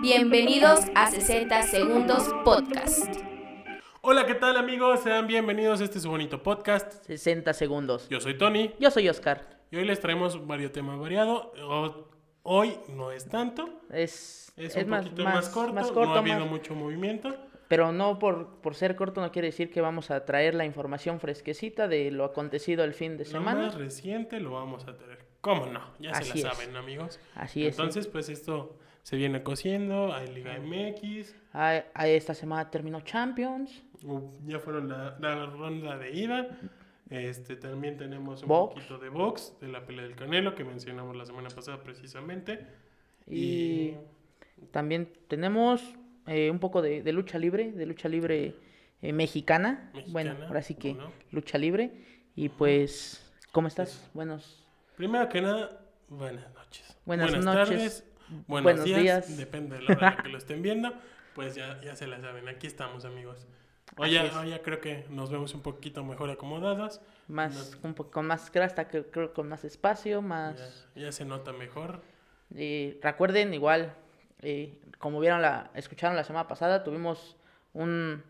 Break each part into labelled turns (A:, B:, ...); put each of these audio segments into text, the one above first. A: Bienvenidos a 60 Segundos Podcast.
B: Hola, ¿qué tal amigos? Sean bienvenidos a este su bonito podcast.
C: 60 segundos.
B: Yo soy Tony
C: Yo soy Oscar.
B: y hoy les traemos varios temas variados. O- Hoy no es tanto,
C: Es,
B: es, un poquito más, corto, no ha habido mucho movimiento.
C: Pero no por, por ser corto no quiere decir que vamos a traer la información fresquecita de lo acontecido el fin de
B: Lo
C: semana.
B: más reciente lo vamos a tener. ¿Cómo no? Ya
C: Así
B: se
C: es.
B: la saben, amigos.
C: Así es.
B: Entonces, pues esto se viene cociendo. Hay Liga MX,
C: Ah, ah, esta semana terminó Champions.
B: u- ya fueron la, la ronda de ida. Este, también tenemos un
C: Box.
B: poquito de box, de la pelea del Canelo que mencionamos la semana pasada precisamente.
C: Y también tenemos eh, un poco de, de lucha libre, de lucha libre eh, mexicana. Bueno,
B: Mexicana,
C: ahora sí que
B: ¿cómo no?
C: lucha libre. Y pues, ¿cómo estás? Buenos.
B: Primero que nada, buenas noches.
C: Buenas noches.
B: buenos, días,
C: Buenos días.
B: depende de la hora en la que lo estén viendo. Pues ya, ya se la saben, aquí estamos amigos. Hoy
C: Así
B: ya,
C: es.
B: hoy ya creo que nos vemos un poquito mejor acomodados.
C: Más, un poco, con más grasa, que creo con más espacio,
B: Ya,
C: más...
B: ya se nota mejor.
C: Eh, recuerden igual, eh, como vieron la, escucharon la semana pasada, tuvimos un,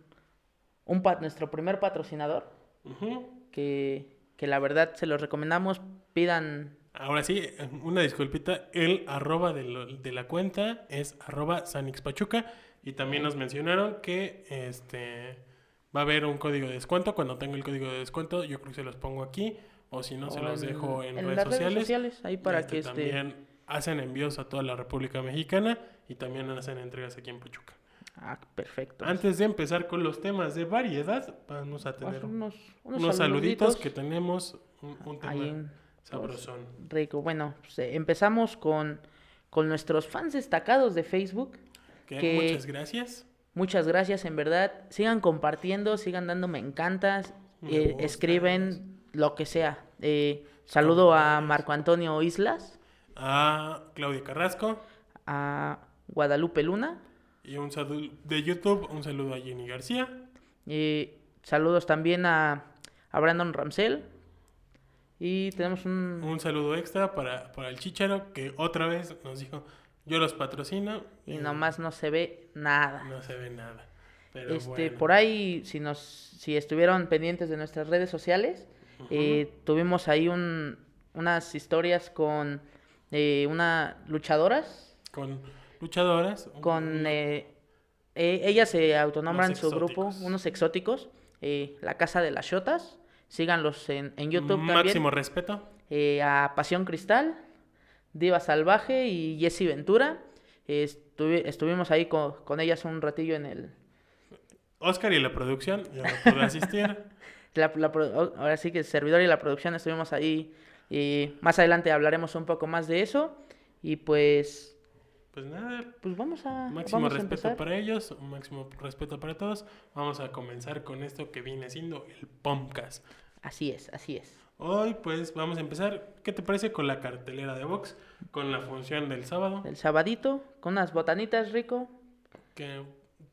C: un pat- nuestro primer patrocinador
B: Ujú.
C: que, que la verdad se los recomendamos, pidan
B: Ahora sí, una disculpita. El arroba de, lo- de la cuenta es arroba sanixpachuca. Y también nos mencionaron que este va a haber un código de descuento. Cuando tenga el código de descuento, yo creo que se los pongo aquí. O si no, se
C: o
B: los dejo en, redes,
C: las
B: sociales.
C: ahí para
B: Este,
C: que este,
B: También hacen envíos a toda la República Mexicana y también hacen entregas aquí en Pachuca.
C: Ah, perfecto.
B: Antes de empezar con los temas de variedad, vamos a
C: Vamos
B: tener
C: a
B: unos,
C: Pues, unos,
B: saluditos
C: unos saluditos
B: que tenemos un, un tema
C: ahí en-
B: sabrosón.
C: rico. Bueno, pues, eh, empezamos con, con nuestros fans destacados de Facebook.
B: Que
C: que-
B: Muchas gracias.
C: Muchas gracias, en verdad. Sigan compartiendo, sigan dando me encantas.
B: Me
C: eh,
B: gustas.
C: escriben lo que sea. Eh, saludo a Marco Antonio Islas,
B: A Claudia Carrasco
C: a Guadalupe Luna.
B: y un saludo de YouTube, un saludo a Jenny García.
C: eh, saludos también a, a Brandon Ramsel. Y tenemos un...
B: Un saludo extra para, para el Chicharo que otra vez nos dijo, yo los patrocino
C: Y nomás no se ve nada.
B: no se ve nada. Pero
C: Este,
B: bueno.
C: por ahí, si nos, si estuvieron pendientes de nuestras redes sociales, eh, tuvimos ahí un, unas historias con eh, una luchadoras,
B: con luchadoras.
C: con eh, eh, ellas se autonombran
B: Unos
C: su grupo,
B: exóticos.
C: unos exóticos, eh, la casa de las shotas, síganlos en, en YouTube
B: Máximo
C: también,
B: respeto.
C: eh, a Pasión Cristal, Diva Salvaje y Jessy Ventura, Eh, estuvi- estuvimos ahí con, con ellas un ratillo en el,
B: Oscar y la producción, ya no pude asistir.
C: La- la pro- o- ahora sí que el servidor y la producción estuvimos ahí. Y más adelante hablaremos un poco más de eso. Y pues,
B: Pues nada,
C: pues vamos a.
B: máximo
C: vamos a
B: respeto
C: empezar.
B: para ellos, máximo respeto para todos. Vamos a comenzar con esto que viene siendo el Pomcast.
C: Así es, así es.
B: Hoy pues vamos a empezar, ¿qué te parece con la cartelera de box? Con la función del sábado,
C: El sabadito, con unas botanitas rico.
B: que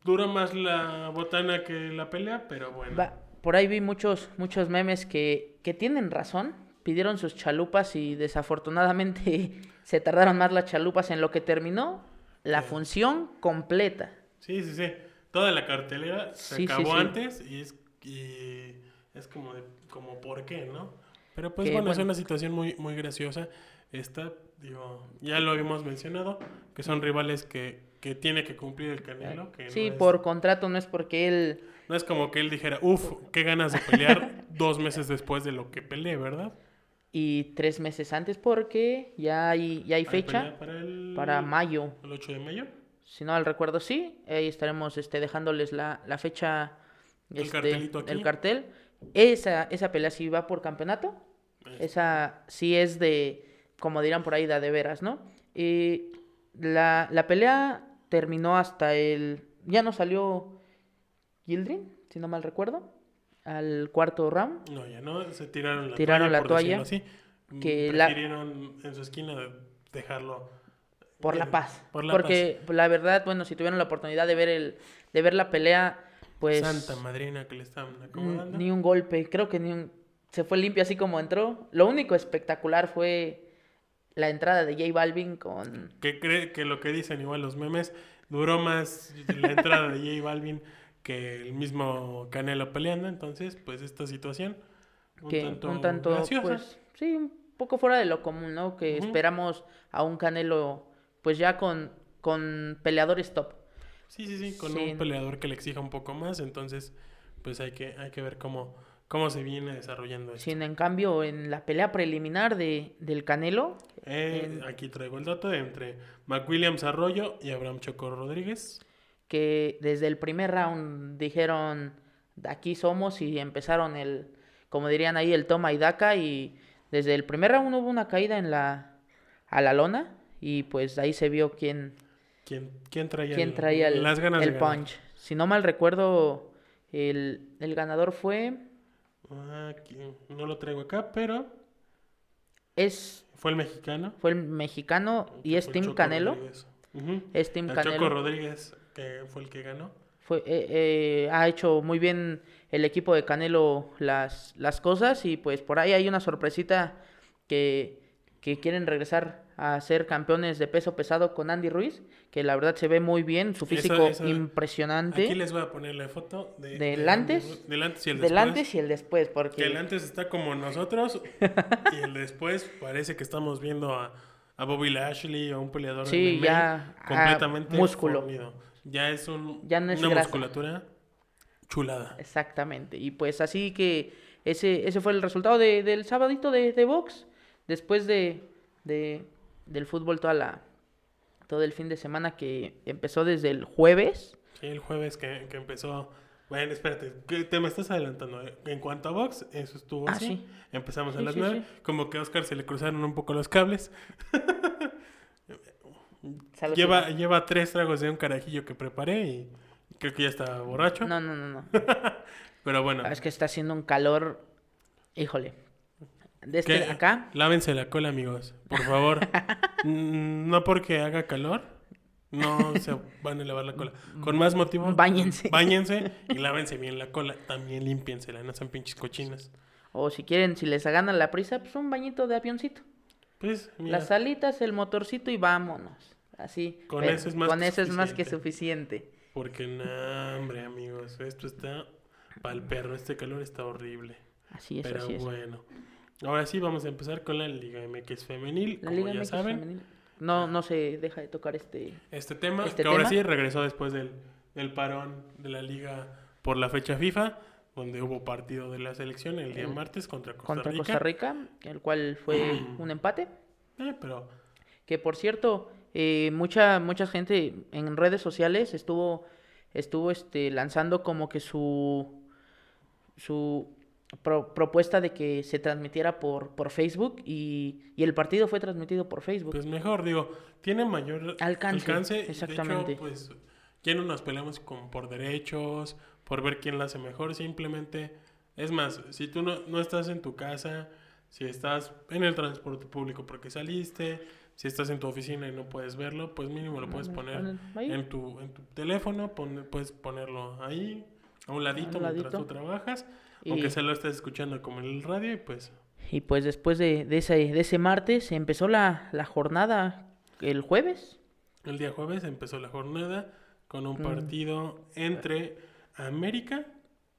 B: dura más la botana que la pelea, pero bueno.
C: Va- por ahí vi muchos, muchos memes que, que tienen razón. Pidieron sus chalupas y desafortunadamente se tardaron más las chalupas en lo que terminó la
B: Sí.
C: función completa.
B: Sí, sí, sí. Toda la cartelera se
C: Sí, sí,
B: acabó
C: sí.
B: antes y es, y es como, de, como por qué, ¿no? Pero pues
C: Que,
B: bueno, es
C: bueno.
B: una situación muy, muy graciosa. Esta, digo, ya lo habíamos mencionado, que son rivales que, que tiene que cumplir el Canelo. Que
C: Sí,
B: no es,
C: por contrato no es porque él
B: No es como que él dijera, uff, qué ganas de pelear dos meses después de lo que peleé, ¿verdad?
C: y tres meses antes porque ya hay, ya hay
B: Ah,
C: fecha
B: pelea Para, el,
C: para mayo.
B: El 8 de mayo.
C: Si no al recuerdo, sí. Ahí estaremos este, dejándoles la, la fecha.
B: El
C: este,
B: cartelito aquí.
C: El cartel. Esa, esa pelea sí va por campeonato.
B: Este.
C: Esa sí es de, como dirán por ahí, de, a de veras, ¿no? Y la, la pelea terminó hasta el... Ya no salió Gildrin, si no mal recuerdo, al cuarto round.
B: No, ya no, se tiraron la
C: Tiraron
B: toalla.
C: la
B: por decirlo
C: toalla,
B: así.
C: que la-
B: Prefirieron en su esquina dejarlo.
C: Por
B: Eh,
C: la paz.
B: por la
C: Porque la verdad, bueno, si tuvieron la oportunidad de ver el, de ver la pelea, pues
B: Santa madrina que le estaban acomodando.
C: n- ni un golpe, creo que ni un se fue limpio así como entró. Lo único espectacular fue la entrada de J Balvin con...
B: Que cree que lo que dicen igual los memes duró más la entrada de J Balvin que el mismo Canelo peleando. Entonces, pues esta situación un
C: que
B: tanto,
C: un tanto,
B: graciosa.
C: pues, sí, un poco fuera de lo común, ¿no? Que
B: Ujú.
C: esperamos a un Canelo, pues ya con, con peleadores top.
B: Sí, sí, sí, con
C: Sí.
B: un peleador que le exija un poco más. Entonces, pues hay que, hay que ver cómo, cómo se viene desarrollando esto.
C: Sin en cambio, en la pelea preliminar de, del Canelo,
B: Eh,
C: en-
B: Aquí traigo el dato de entre McWilliams Arroyo y Abraham Choco Rodríguez.
C: que desde el primer round dijeron, de aquí somos y empezaron el, como dirían ahí, el toma y daca y desde el primer round hubo una caída en la, a la lona y pues ahí se vio quién,
B: ¿Quién, quién traía,
C: ¿Quién
B: el-
C: traía el,
B: las ganas
C: el
B: de ganar?
C: punch? Si no mal recuerdo, el, el ganador fue.
B: Ah, aquí- no lo traigo acá, pero
C: Es,
B: fue el mexicano.
C: fue el mexicano y
B: que
C: es
B: fue
C: Tim
B: Choco
C: Canelo.
B: Rodríguez. Ujú.
C: Es Tim
B: El Choco
C: Canelo.
B: Rodríguez, que fue el que ganó.
C: Fue, eh, eh, ha hecho muy bien el equipo de Canelo las, las cosas y pues por ahí hay una sorpresita que, que quieren regresar a ser campeones de peso pesado con Andy Ruiz, que la verdad se ve muy bien, su
B: Esa-
C: físico
B: esa-
C: impresionante.
B: Aquí les voy a poner la foto de,
C: Del
B: de-
C: antes,
B: del antes y el
C: Del
B: después.
C: antes y el después, porque...
B: Que el antes está como nosotros y el después parece que estamos viendo a, a Bobby Lashley o un peleador
C: Sí,
B: MMA
C: ya, ah,
B: completamente
C: músculo.
B: fornido. Ya es un
C: Ya no es
B: una
C: grasa.
B: musculatura chulada.
C: Exactamente. Y pues así que ese, ese fue el resultado de- del sabadito de, de box. Después de, de- del fútbol toda la, todo el fin de semana que empezó desde el jueves.
B: Sí, el jueves que, que empezó. Bueno, espérate, que te me estás adelantando. eh. En cuanto a box, eso estuvo
C: Ah,
B: así.
C: sí.
B: Empezamos a
C: Sí,
B: las
C: sí,
B: nueve. Como que a Oscar se le cruzaron un poco los cables.
C: Salud,
B: Lleva, lleva tres tragos de un carajillo que preparé y creo que ya está borracho.
C: señor. No, no, no, no.
B: Pero bueno,
C: Es que está haciendo un calor. Híjole. Desde
B: que-
C: este acá.
B: lávense la cola, amigos, por favor. Mm, no porque haga calor, no se van a lavar la cola. Con más motivo,
C: Báñense.
B: Báñense y lávense bien la cola. También límpiensela, no sean pinches cochinas.
C: O si quieren, si les ganan la prisa, pues un bañito de avioncito.
B: Pues, mira.
C: Las alitas, el motorcito y vámonos. Así.
B: Con
C: pero
B: eso es más
C: con
B: que
C: eso es más que suficiente.
B: Porque no, hombre, amigos, esto está pa'l perro, este calor está horrible.
C: Así es,
B: Pero
C: así es.
B: bueno. Ahora sí vamos a empezar con la Liga MX femenil,
C: La
B: como
C: Liga
B: ya
C: MX
B: saben.
C: femenil. No, no se deja de tocar este.
B: Este tema,
C: Este
B: que ahora
C: tema.
B: sí regresó después del, del parón de la liga por la fecha FIFA, donde hubo partido de la selección el día
C: El-
B: martes contra Costa
C: Eh, contra
B: Rica.
C: Costa Rica, el cual fue un empate.
B: Eh, pero
C: Que por cierto, eh, mucha, mucha gente en redes sociales estuvo, estuvo este, lanzando como que su, su pro- propuesta de que se transmitiera por, por Facebook y, y el partido fue transmitido por Facebook.
B: pues mejor, digo, tiene mayor
C: Alcance,
B: alcance. y De
C: exactamente.
B: hecho, pues ya no nos peleamos con, por derechos, por ver quién la hace mejor, simplemente. Es más, si tú no, no estás en tu casa, si estás en el transporte público porque saliste, si estás en tu oficina y no puedes verlo, pues mínimo lo puedes
C: lo
B: poner
C: ponen ahí.
B: en tu, en tu teléfono, pon- puedes ponerlo ahí, a un ladito mientras
C: ladito.
B: tú trabajas,
C: Y-
B: aunque se lo estés escuchando como en el radio y pues
C: Y pues después de, de ese, de ese martes empezó la, la jornada el jueves.
B: El día jueves empezó la jornada con
C: Mm.
B: un partido entre América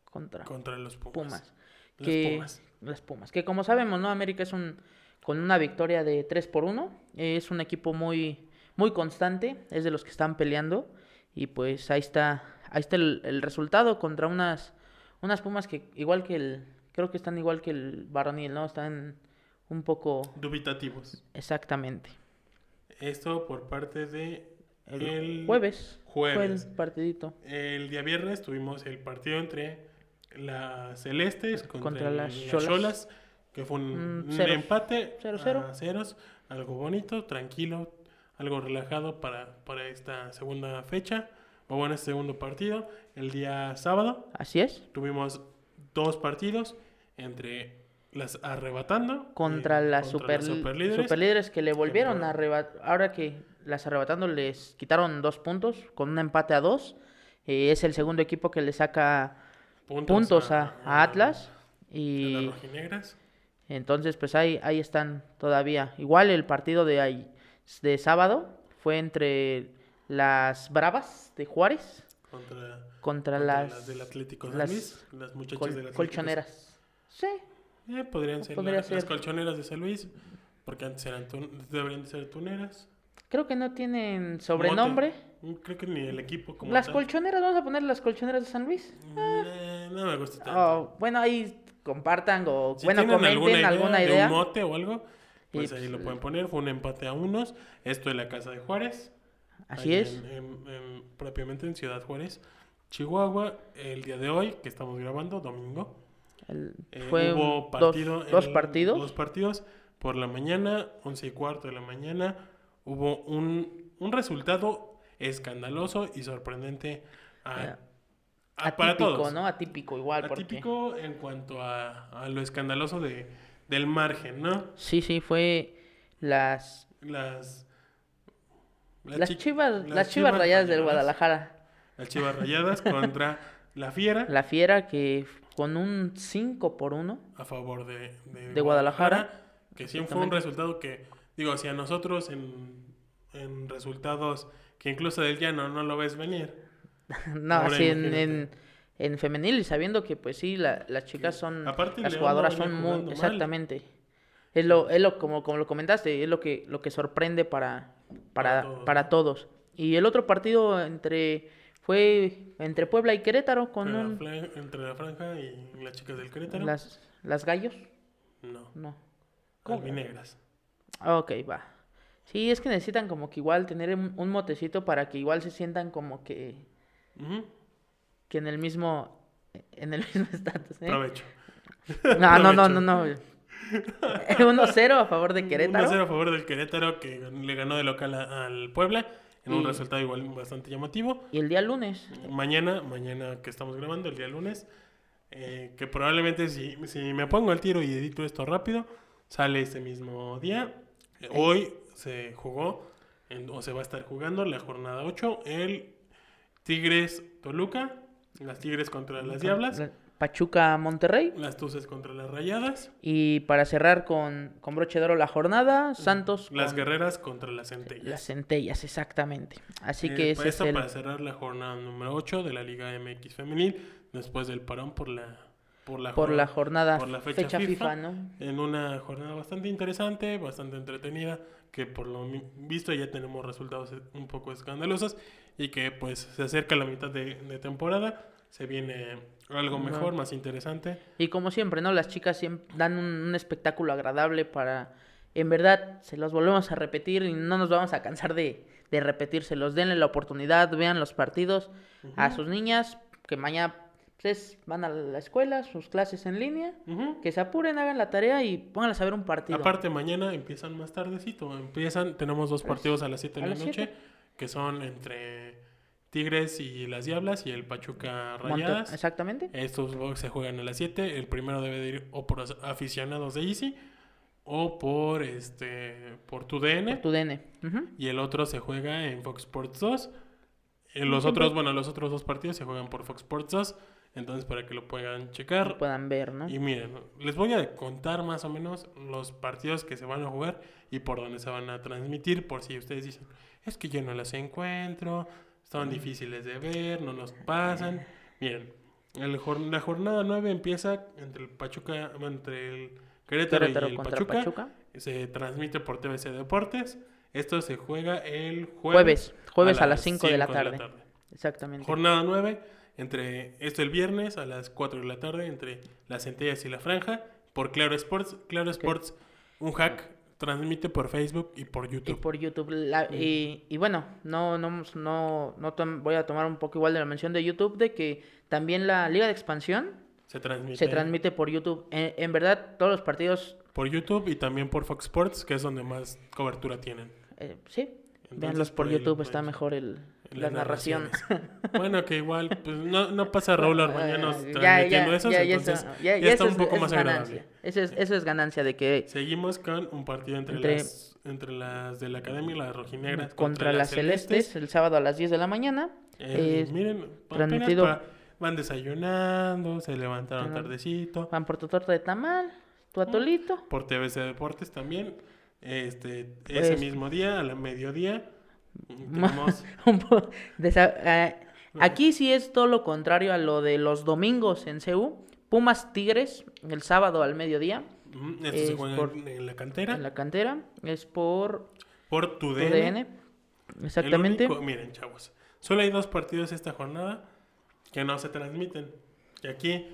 C: Contra
B: contra los Pumas.
C: Pumas.
B: Las
C: que,
B: Pumas.
C: Las Pumas. Que como sabemos, ¿no? América es un. con una victoria de 3 por 1. Es un equipo muy, muy constante. Es de los que están peleando. Y pues ahí está. Ahí está el, el resultado contra unas. Unas Pumas que igual que el. Creo que están igual que el varonil, ¿no? Están un poco.
B: Dubitativos.
C: Exactamente.
B: Esto por parte de el,
C: El jueves. Fue
B: jueves.
C: el partidito.
B: El día viernes tuvimos el partido entre las Celestes contra,
C: Contra las
B: las
C: Xolas.
B: Cholas, que fue un,
C: Mm,
B: un
C: ceros.
B: empate
C: Cero, cero.
B: a ceros, algo bonito, tranquilo, algo relajado para, para esta segunda fecha, o bueno, este segundo partido. El día sábado
C: Así es.
B: Tuvimos dos partidos entre las arrebatando
C: Contra
B: y
C: las
B: Eh, contra
C: super, superlíderes, que le volvieron a arrebatar. Ahora que las arrebatando les quitaron dos puntos con un empate a dos. Eh, es el segundo equipo que le saca puntos a, a
B: a las
C: Atlas. Y
B: rojinegras.
C: Entonces, pues ahí, ahí están todavía. Igual el partido de, ahí- de sábado fue entre las Bravas de Juárez
B: Contra,
C: contra,
B: contra
C: las,
B: las, del Atlético San
C: las
B: Luis. Las muchachas
C: col-
B: del Atlético.
C: colchoneras. Sí,
B: Eh, podrían ser, la-
C: Podría
B: las
C: ser.
B: colchoneras de San Luis. Porque antes eran tun- deberían de ser tuneras.
C: creo que no tienen sobrenombre.
B: Mote. Creo que ni el equipo como
C: Las
B: tal.
C: colchoneras, vamos a poner las colchoneras de San Luis.
B: Eh, no me gusta tanto.
C: Oh, bueno, ahí compartan o
B: Si
C: bueno,
B: tienen
C: comenten alguna idea.
B: de un mote o algo, pues
C: Y,
B: ahí
C: pues,
B: lo pueden poner. Fue un empate a unos. Esto es la casa de Juárez.
C: Así
B: ahí
C: es.
B: en- en- en- propiamente en Ciudad Juárez, Chihuahua. El día de hoy, que estamos grabando, domingo.
C: El-
B: eh,
C: fue
B: hubo
C: un-
B: partido
C: dos,
B: en-
C: dos partidos.
B: Dos partidos. Por la mañana, 11 y cuarto de la mañana, hubo un, un resultado escandaloso y sorprendente a-
C: Ya.
B: a-
C: atípico,
B: ah, para todos.
C: ¿no? Atípico igual. porque-
B: Atípico en cuanto a, a lo escandaloso de, del margen, ¿no?
C: Sí, sí, fue las,
B: Las,
C: las,
B: chi-
C: chivas, las chivas rayadas del Guadalajara.
B: Las chivas rayadas contra la fiera
C: La fiera que con un 5 por 1.
B: a favor de, de,
C: De Guadalajara.
B: Que sí fue un
C: Exactamente.
B: resultado que, digo, si a nosotros en, en resultados que incluso del llano no lo ves venir.
C: No,
B: Ahora
C: así en,
B: imagínate.
C: en, en femenil y sabiendo que pues sí, la- las chicas son,
B: aparte
C: las
B: León no
C: jugadoras
B: venía
C: son
B: jugando
C: muy...
B: mal.
C: Exactamente. Es lo, es lo como, como lo comentaste, es lo que, lo que sorprende para,
B: Para
C: para,
B: todos,
C: para
B: ¿no?
C: todos. Y el otro partido entre fue entre Puebla y Querétaro con
B: entre, la
C: un-
B: flan- entre la franja y las chicas del Querétaro.
C: las, las gallos.
B: No,
C: No. Ah,
B: albinegras.
C: Ok, va. Sí, es que necesitan como que igual tener un, un motecito para que igual se sientan como que, ¿Eh?
B: Ujú,
C: que en el mismo en el mismo estatus, ¿eh?
B: Provecho.
C: No, no, no, no,
B: Provecho.
C: no. 1-0 a favor de Querétaro.
B: 1-0 a favor del Querétaro que gan- le ganó de local a- al Puebla en un
C: Y-
B: resultado igual bastante llamativo.
C: Y el día lunes.
B: Mañana, mañana que estamos grabando, el día lunes, eh, que probablemente si, si me pongo al tiro y edito esto rápido, sale ese mismo día. Eh, Hoy se jugó en- o se va a estar jugando la jornada 8, el Tigres Toluca, las Tigres contra las Diablas,
C: Pachuca Monterrey.
B: las Tuzas contra las Rayadas,
C: Y para cerrar con, con broche de oro la jornada, Santos.
B: las
C: con
B: Guerreras contra las Centellas.
C: Las centellas, exactamente. Así
B: Eh,
C: que
B: pues
C: ese es
B: esto
C: el.
B: para cerrar la jornada número 8 de la Liga MX femenil después del parón por la por la
C: Por
B: jorna-
C: la jornada,
B: por la
C: fecha, FIFA, ¿no?
B: en una jornada bastante interesante, bastante entretenida, que por lo mi- visto ya tenemos resultados eh, un poco escandalosos y que pues se acerca la mitad de, de temporada, se viene algo
C: Ajá.
B: mejor, más interesante.
C: Y como siempre, ¿no? Las chicas siempre dan un, un espectáculo agradable para... En verdad, se los volvemos a repetir y no nos vamos a cansar de, de repetírselos. Denle la oportunidad, vean los partidos a sus niñas, que mañana pues, van a la escuela, sus clases en línea,
B: Ujú.
C: que se apuren, hagan la tarea y pónganlas a ver un partido.
B: Aparte mañana empiezan más tardecito, empiezan tenemos dos partidos a las 7 de
C: a
B: la
C: las
B: noche
C: siete.
B: que son entre Tigres y las Diablas y el Pachuca
C: Monte-
B: Rayadas.
C: Exactamente.
B: Estos box se juegan a las 7. El primero debe de ir o por as- aficionados de Easy o por este por tu DN.
C: Por tu DN. Ujú.
B: Y el otro se juega en Fox Sports 2. Eh, Los otros, bueno, los otros dos partidos se juegan por Fox Sports 2. Entonces, para que lo puedan
C: Lo
B: checar.
C: puedan ver, ¿no?
B: Y miren, les voy a contar más o menos los partidos que se van a jugar y por dónde se van a transmitir. Por si ustedes dicen, es que yo no los encuentro, son
C: Mm.
B: difíciles de ver, no los pasan. Miren, el jor- la jornada 9 empieza entre el Pachuca, entre el Querétaro,
C: Querétaro
B: y el
C: contra
B: Pachuca.
C: Pachuca.
B: Se transmite por TVC Deportes. Esto se juega el jueves.
C: Jueves. Jueves a las 5 de la
B: 5
C: tarde. Exactamente.
B: Jornada 9, entre esto el viernes a las 4 de la tarde, entre las centellas y la franja, por Claro Sports. Claro Sports, un hack, transmite por Facebook y por
C: Y
B: YouTube.
C: por YouTube. la- y, y bueno, no, no, no, no tom- voy a tomar un poco igual de la mención de YouTube, de que también la Liga de Expansión
B: Se transmite,
C: se transmite por YouTube. En, en verdad, todos los partidos,
B: por YouTube y también por Fox Sports, que es donde más cobertura tienen.
C: eh, sí,
B: Entonces, pues,
C: véanlos por
B: por ahí lo
C: YouTube,
B: pueden
C: está
B: ver.
C: mejor el,
B: En
C: la
B: las
C: narración.
B: Bueno, que igual, pues no, no pasa Raúl Arbañanos
C: Eh,
B: transmitiendo
C: ya, ya,
B: esos,
C: ya, ya
B: entonces
C: eso-
B: ya,
C: ya- ya
B: está
C: eso
B: un
C: es-
B: poco
C: eso
B: más
C: es
B: agradable.
C: ganancia. Eso es, eso es ganancia de que
B: Seguimos con un partido entre,
C: Entre-
B: las entre las de la academia, las rojinegras
C: contra, las celestes, el sábado a las 10 de la mañana.
B: Eh,
C: eh,
B: miren, apenas
C: transmitido-
B: pa- van desayunando, se levantaron
C: Ajá. Ah.
B: tardecito.
C: van por tu torta de tamal, Tu atolito.
B: Por TVC Deportes también. Este, ese
C: Pues-
B: mismo día, a la mediodía. mm, Tenemos...
C: Un po- desa- eh, aquí sí es todo lo contrario a lo de los domingos en CU. Pumas Tigres, el sábado al mediodía,
B: Mm, Esto se
C: Es
B: juega
C: por-
B: en, en la cantera.
C: en la cantera. Es por
B: Ah. Por tu DN.
C: UDN.
B: El
C: Exactamente.
B: único- miren, chavos. Solo hay dos partidos esta jornada que no se transmiten. Y aquí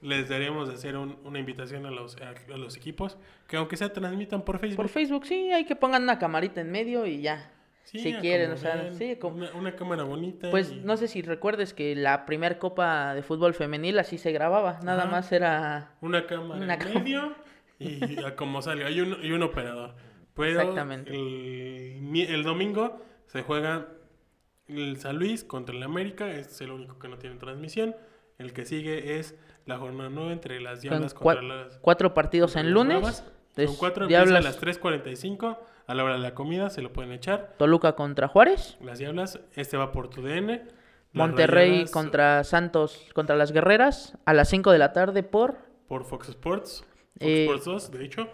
B: les daríamos de hacer un- una invitación a los, a, a los equipos que aunque se transmitan por Facebook.
C: Por Facebook, sí, hay que pongan una camarita en medio y ya.
B: Sí,
C: si
B: a
C: quieren,
B: como
C: o sea,
B: vean,
C: sí, como-
B: Una, una cámara bonita.
C: Pues
B: y-
C: no sé si recuerdes que la primer copa de fútbol femenil así se grababa, nada
B: Ajá.
C: más era
B: Una cámara
C: Una
B: en
C: cámara.
B: medio y a como salga. Y un, y un operador. Pero
C: Exactamente.
B: El, mi- el domingo se juega el San Luis contra el América. Este es el único que no tiene transmisión. El que sigue es la jornada 9 entre las Diablas
C: cua-
B: contra las.
C: cuatro partidos
B: contra
C: en
B: las
C: lunes.
B: Bravas. Son
C: des-
B: cuatro, empieza a
C: Diablas,
B: las 3.45. A la hora de la comida se lo pueden echar.
C: Toluca contra Juárez,
B: Las Diablas, este va por tu DN. Las
C: Monterrey
B: Rayadas
C: contra Santos, contra las Guerreras, a las 5 de la tarde por...
B: Por Fox Sports. Fox
C: Eh,
B: Sports 2, de hecho.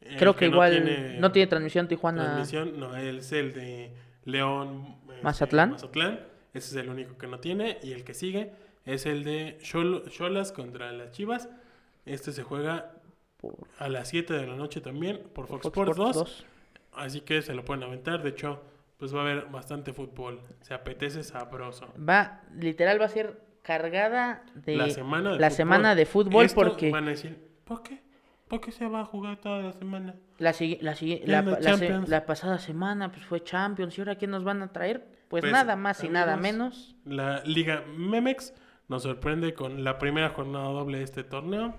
B: El
C: Creo que,
B: no
C: igual no tiene transmisión Tijuana.
B: transmisión, no, es el de León este,
C: Mazatlán.
B: Mazatlán. Ese es el único que no tiene. Y el que sigue es el de Chol- Cholas contra las Chivas. Este se juega
C: por
B: a las 7 de la noche también por Fox,
C: Fox
B: Sports 2.
C: 2.
B: Así que se lo pueden aventar. De hecho, pues va a haber bastante fútbol. Se apetece sabroso.
C: Va, literal va a ser cargada de
B: la semana de
C: la
B: fútbol.
C: semana de fútbol
B: Esto
C: porque...
B: Van a decir, ¿por qué? ¿Por qué se va a jugar toda la semana?
C: La, sigui- la, sigui-
B: ¿Qué
C: la,
B: onda,
C: pa- la se-
B: Champions?
C: la pasada semana pues fue Champions y ahora ¿qué nos van a traer? Pues,
B: Pues,
C: nada más y nada
B: amigos,
C: menos.
B: La Liga Memex nos sorprende con la primera jornada doble de este torneo.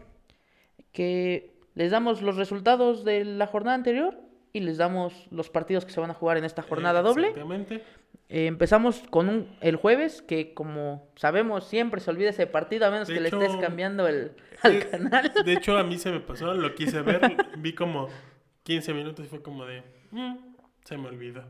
C: Que les damos los resultados de la jornada anterior y les damos los partidos que se van a jugar en esta jornada
B: Eh,
C: doble.
B: Exactamente.
C: Eh, empezamos con un, el jueves, que como sabemos siempre se olvida ese partido a menos
B: De
C: que
B: hecho,
C: le estés cambiando el, al
B: Eh,
C: canal.
B: De hecho, a mí se me pasó, lo quise ver, vi como 15 minutos y fue como de, "Mm, se me olvidó.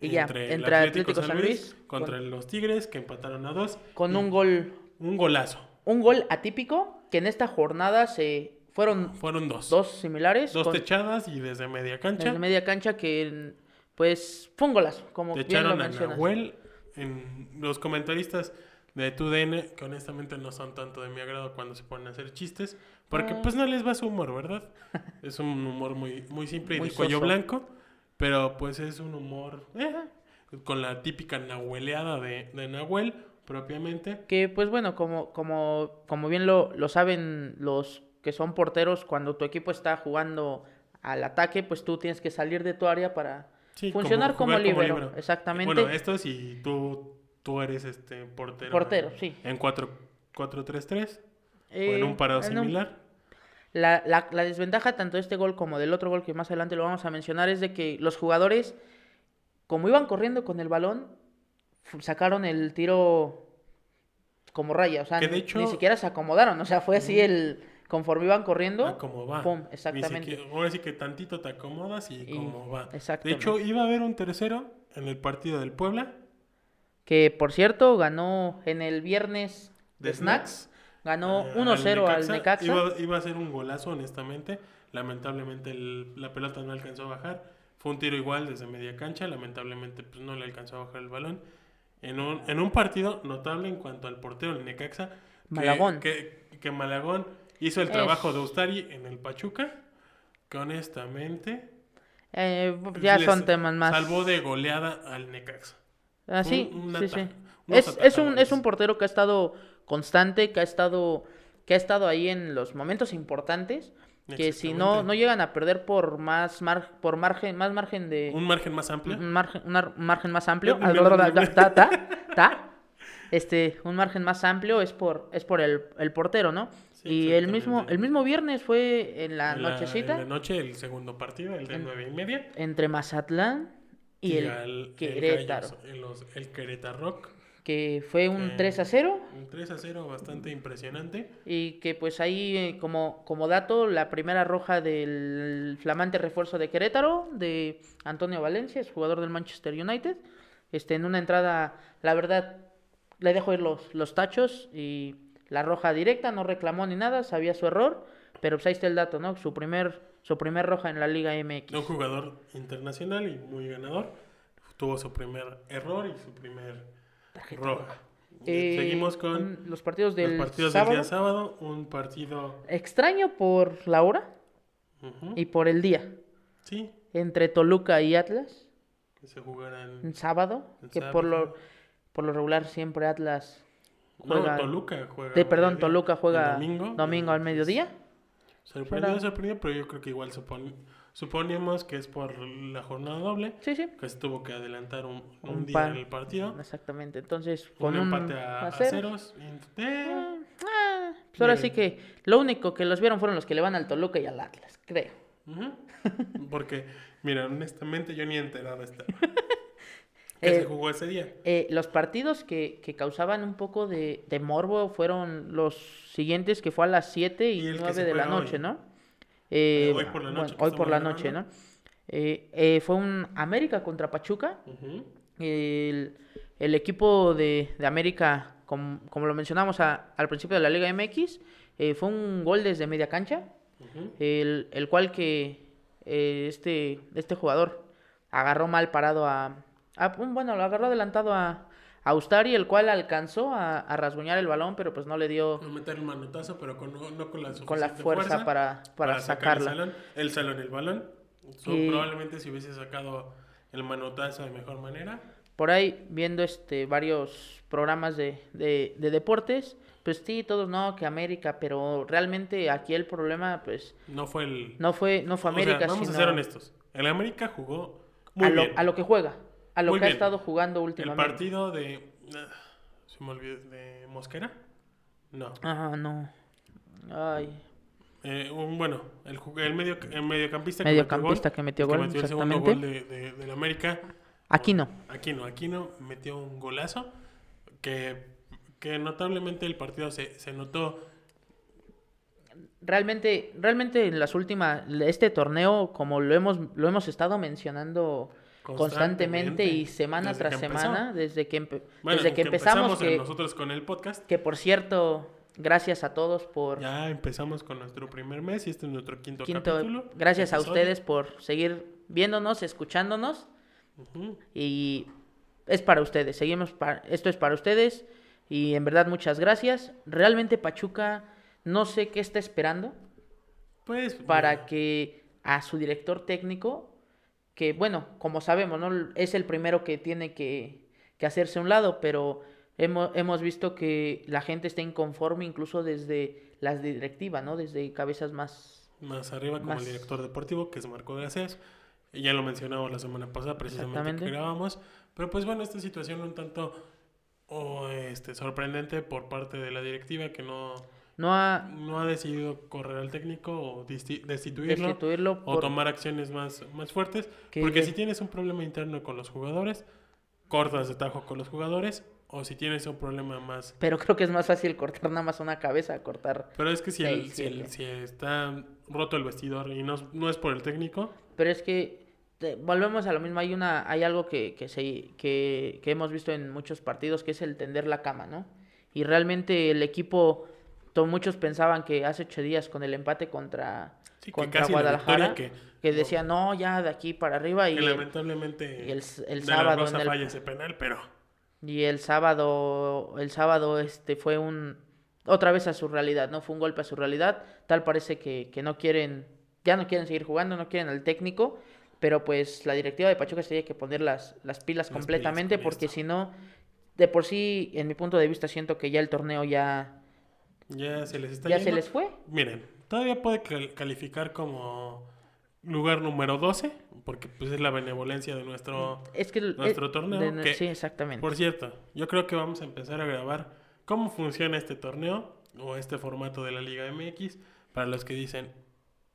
C: Y ya,
B: el
C: entre Atlético San Luis,
B: contra Mm. los Tigres, que empataron a dos.
C: Con un gol,
B: Un golazo.
C: un gol atípico, que en esta jornada se fueron
B: Fueron dos.
C: dos similares.
B: Dos
C: con-
B: techadas y desde media cancha.
C: Desde media cancha que pues fue un golazo, como
B: Te
C: bien lo
B: echaron a
C: mencionas.
B: Nahuel. En los comentaristas de TUDN, que honestamente no son tanto de mi agrado cuando se ponen a hacer chistes, porque
C: Ah.
B: pues no les va su humor, ¿verdad? es un humor muy, muy simple y
C: Muy
B: de cuello
C: soso.
B: blanco, pero pues es un humor eh, con la típica nahueleada de, de Nahuel, propiamente.
C: Que pues bueno, como, como, como bien lo, lo saben los que son porteros, cuando tu equipo está jugando al ataque, pues tú tienes que salir de tu área para
B: Sí,
C: funcionar como,
B: jugar
C: libero.
B: líbero.
C: Exactamente.
B: Bueno, esto si tú, tú eres este portero.
C: Portero,
B: en-
C: sí.
B: En 4-3-3 o
C: Eh,
B: en un parado
C: en un-
B: similar.
C: La, la- la desventaja tanto de este gol como del otro gol que más adelante lo vamos a mencionar es de que los jugadores, como iban corriendo con el balón, fu- sacaron el tiro como raya, o sea,
B: Que de
C: ni-
B: hecho-
C: ni siquiera se acomodaron, o sea, fue así el conforme iban corriendo.
B: Ah, como va.
C: pum,
B: Ni
C: exactamente.
B: siquiera- ahora sí que tantito te acomodas y,
C: Y-
B: como va. De
C: exactamente.
B: hecho, iba a haber un tercero en el partido del Puebla.
C: Que por cierto, ganó en el viernes
B: De
C: de Snacks, ganó
B: eh,
C: 1-0 al Necaxa.
B: Iba, iba a ser un golazo, honestamente. Lamentablemente el- la pelota no alcanzó a bajar. Fue un tiro igual desde media cancha. Lamentablemente pues, no le alcanzó a bajar el balón. En un, en un partido notable en cuanto al portero del Necaxa. que-
C: Malagón.
B: Que, que Malagón hizo el
C: Es-
B: trabajo de Ustari en el Pachuca. Que honestamente...
C: Eh, ya
B: Pues les
C: son temas más.
B: Salvó de goleada al Necaxa.
C: Ah, sí,
B: un- un
C: sí,
B: ata-
C: sí.
B: unos
C: Es, es un,
B: atajadones.
C: es un portero que ha estado constante, que ha estado, que ha estado ahí en los momentos importantes, que si no,
B: Exactamente.
C: no llegan a perder por más mar- por margen, más margen de
B: Un margen más amplio.
C: un margen, un ar- un margen más amplio,
B: Ya terminaron de hablar.
C: ta, ta, ta, este, un margen más amplio es por, es por el, el portero, ¿no?
B: Sí,
C: y el mismo,
B: exactamente.
C: el mismo viernes fue en la
B: En
C: nochecita
B: en la noche, el segundo partido, el de
C: En-
B: nueve y media.
C: entre Mazatlán y, el
B: al-
C: Querétaro,
B: Gallos, el, los- el Querétaro Rock.
C: que fue un
B: Eh,
C: 3 a 0
B: Un 3 a 0 bastante impresionante.
C: Y que pues ahí, eh, como, como dato, la primera roja del flamante refuerzo de Querétaro, de Antonio Valencia, es jugador del Manchester United. Este, en una entrada, la verdad, le dejo ir los, los tachos y la roja directa, no reclamó ni nada, sabía su error. Pero pues ahí está el dato, ¿no? Su primer, su primer roja en la Liga MX.
B: Un jugador internacional y muy ganador. Tuvo su primer error y su primer roja.
C: Eh,
B: Seguimos con
C: un- los partidos del
B: los partidos
C: sábado.
B: del día sábado. Un partido.
C: Extraño por la hora
B: ujú,
C: y por el día.
B: Sí,
C: Entre Toluca y Atlas,
B: que se jugarán.
C: un sábado,
B: El
C: que por
B: sábado.
C: lo por lo regular siempre Atlas
B: No,
C: juega-
B: Toluca juega.
C: de,
B: al
C: perdón,
B: mediodía.
C: Toluca
B: El
C: juega
B: domingo.
C: al mediodía.
B: Sorprendido,
C: Fuera.
B: sorprendido, pero yo creo que igual supon- suponemos que es por la jornada doble,
C: Sí, sí.
B: que se tuvo que adelantar un, un
C: Un
B: día
C: par.
B: el partido.
C: Exactamente. Entonces,
B: Con
C: con
B: un empate a,
C: a
B: a
C: cero.
B: ceros. y- eh,
C: Ah, ah, pues ahora sí que lo único que los vieron fueron los que le van al Toluca y al Atlas, creo.
B: ujú. Porque, mira, honestamente yo ni enterado estaba. que
C: Eh,
B: se jugó ese día.
C: Eh, los partidos que, que causaban un poco de, de morbo fueron los siguientes, que fue a las 7 y,
B: Y el que
C: 9
B: se
C: de la
B: juega
C: noche,
B: hoy.
C: ¿no? Eh,
B: hoy por la
C: bueno,
B: noche que
C: hoy por
B: estamos
C: la noche, ¿no?
B: grabando.
C: Eh, eh, fue un América contra Pachuca.
B: Ujú.
C: El, el equipo de, de América, com- como lo mencionamos a- al principio de la Liga MX, eh, fue un gol desde media cancha,
B: Ujú.
C: el, el cual que eh, este, este jugador agarró mal parado a, a- un- bueno, lo agarró adelantado a, a Ustari, el cual alcanzó a, a rasguñar el balón, pero pues no le dio
B: No meter el manotazo, pero con, no, no con la suficiente
C: con la fuerza, para, para,
B: sacar el
C: sacarla.
B: salón- El salón, el balón. So,
C: Y-
B: Probablemente si hubiese sacado el manotazo de mejor manera.
C: por ahí viendo este varios programas de, de, de deportes, pues sí, todos no, que América, pero realmente aquí el problema, pues,
B: No fue el.
C: no fue, no fue
B: O sea,
C: América,
B: vamos
C: sino
B: a ser honestos. El América jugó muy
C: a, lo,
B: bien.
C: a lo que juega, a lo
B: Muy
C: que ha
B: bien.
C: estado jugando
B: El
C: últimamente.
B: partido de. ah, se me olvidó. ¿De Mosquera? No.
C: Ah, no. Ay,
B: Eh, un- bueno, el, ju- el, medio, el mediocampista,
C: Mediocampista que metió gol,
B: el que metió el segundo gol de,
C: exactamente.
B: de- del América.
C: aquí no.
B: Aquino, Aquino metió un golazo que, que notablemente el partido se, se notó.
C: Realmente, realmente en las últimas, este torneo, como lo hemos, lo hemos estado mencionando
B: Constantemente,
C: constantemente, y semana
B: desde
C: tras
B: que empezó.
C: semana, desde que, empe-
B: Bueno,
C: desde que empezamos,
B: en
C: que,
B: nosotros con el podcast,
C: Que por cierto, gracias a todos por
B: ya empezamos con nuestro primer mes y este es nuestro quinto,
C: quinto.
B: capítulo.
C: gracias a
B: episodio.
C: ustedes por seguir viéndonos, escuchándonos
B: Ujú.
C: y es para ustedes. Seguimos para esto es para ustedes y en verdad muchas gracias. Realmente Pachuca no sé qué está esperando
B: Pues,
C: para
B: mira,
C: que a su director técnico que bueno, como sabemos, no es el primero que tiene que, que hacerse a un lado, pero hemos, hemos visto que la gente está inconforme incluso desde las directivas, ¿no? Desde cabezas más
B: Más arriba como
C: más-
B: el director deportivo, que es Marco Garcés. Y Ya lo mencionamos la semana pasada, precisamente
C: Exactamente.
B: que grabamos. Pero pues bueno, esta situación un tanto oh, este, sorprendente por parte de la directiva que no,
C: no ha
B: no ha decidido correr al técnico o disti- destituirlo.
C: destituirlo
B: o
C: este, por
B: tomar acciones más, más fuertes.
C: Que-
B: Porque si tienes un problema interno con los jugadores, cortas de tajo con los jugadores. O si tienes un problema más.
C: pero creo que es más fácil cortar nada más una cabeza, cortar.
B: Pero es que si, el-
C: Seis,
B: si el-
C: siete.
B: si está roto el vestidor y no, es- no es por el técnico,
C: Pero es que te- volvemos a lo mismo, hay una hay algo que que se que, que hemos visto en muchos partidos que es el tender la cama, ¿no? Y realmente el equipo to- muchos pensaban que hace ocho días con el empate contra
B: Sí, que
C: contra
B: casi la
C: Guadalajara
B: victoria
C: que decía, "No, ya de aquí para arriba" y
B: que
C: el,
B: lamentablemente.
C: y el s- el
B: De La
C: sábado
B: Rosa
C: en el-
B: falla ese penal, pero.
C: y el sábado el sábado este fue un otra vez a su realidad, ¿no? Fue un golpe a su realidad. Tal parece que, que no quieren, ya no quieren seguir jugando, no quieren al técnico, pero pues la directiva de Pachuca se tiene que poner las, las pilas
B: Las
C: completamente
B: pilas con
C: porque
B: esto.
C: si no, de por sí, en mi punto de vista, siento que ya el torneo ya,
B: Ya se les está
C: ya se
B: yendo.
C: les fue.
B: Miren, todavía puede cal- calificar como lugar número 12, porque pues es la benevolencia de nuestro.
C: Es que el-
B: Nuestro
C: eh,
B: torneo,
C: de-
B: que-
C: sí, exactamente.
B: Por cierto, yo creo que vamos a empezar a grabar cómo funciona este torneo o este formato de la Liga MX para los que dicen,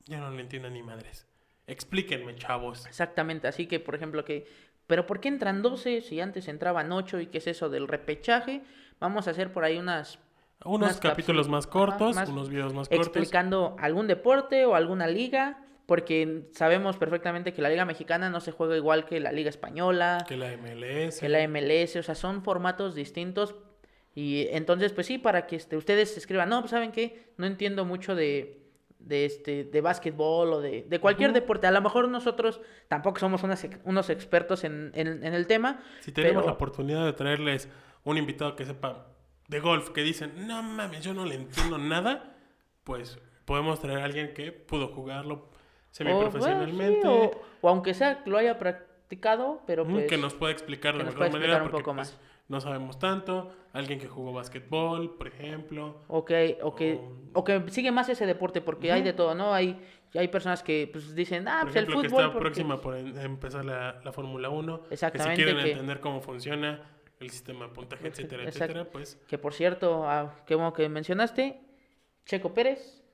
B: yo no lo entiendo ni madres. Explíquenme, chavos.
C: Exactamente, así que por ejemplo que, pero ¿por qué entran 12 si antes entraban 8 y qué es eso del repechaje? Vamos a hacer por ahí unas
B: Unos
C: Unas
B: capítulos
C: cápsulas,
B: más cortos,
C: ajá, más
B: unos videos más cortos.
C: explicando algún deporte o alguna liga, porque sabemos perfectamente que la liga mexicana no se juega igual que la liga española,
B: Que la MLS.
C: que la MLS, o sea, son formatos distintos. Y entonces, pues sí, para que este, ustedes escriban, no, pues, ¿saben qué? No entiendo mucho de, de este de básquetbol o de, de cualquier deporte. A lo mejor nosotros tampoco somos unas ex- unos expertos en, en- en el tema.
B: Si tenemos
C: pero-
B: la oportunidad de traerles un invitado que sepa de golf, que dicen, no mames, yo no le entiendo nada, pues podemos traer a alguien que pudo jugarlo semiprofesionalmente,
C: O, bueno, sí, o- o aunque sea que lo haya practicado, pero
B: mm,
C: pues...
B: que nos pueda explicar de
C: que nos
B: mejor
C: pueda
B: manera
C: explicar un
B: porque
C: poco
B: pues,
C: más.
B: no sabemos tanto, alguien que jugó básquetbol, por ejemplo.
C: O que, o, que,
B: Oh.
C: o que sigue más ese deporte, porque hay de todo, ¿no? Hay, hay personas que pues, dicen, ah,
B: Por
C: pues el
B: ejemplo,
C: fútbol.
B: que está
C: porque-
B: próxima por en- empezar la, la Fórmula 1, que si
C: Exactamente,
B: quieren
C: que-
B: entender cómo funciona el sistema de puntaje, etcétera,
C: Exacto.
B: etcétera, pues
C: Que por cierto, ah, qué bueno que mencionaste, Checo Pérez,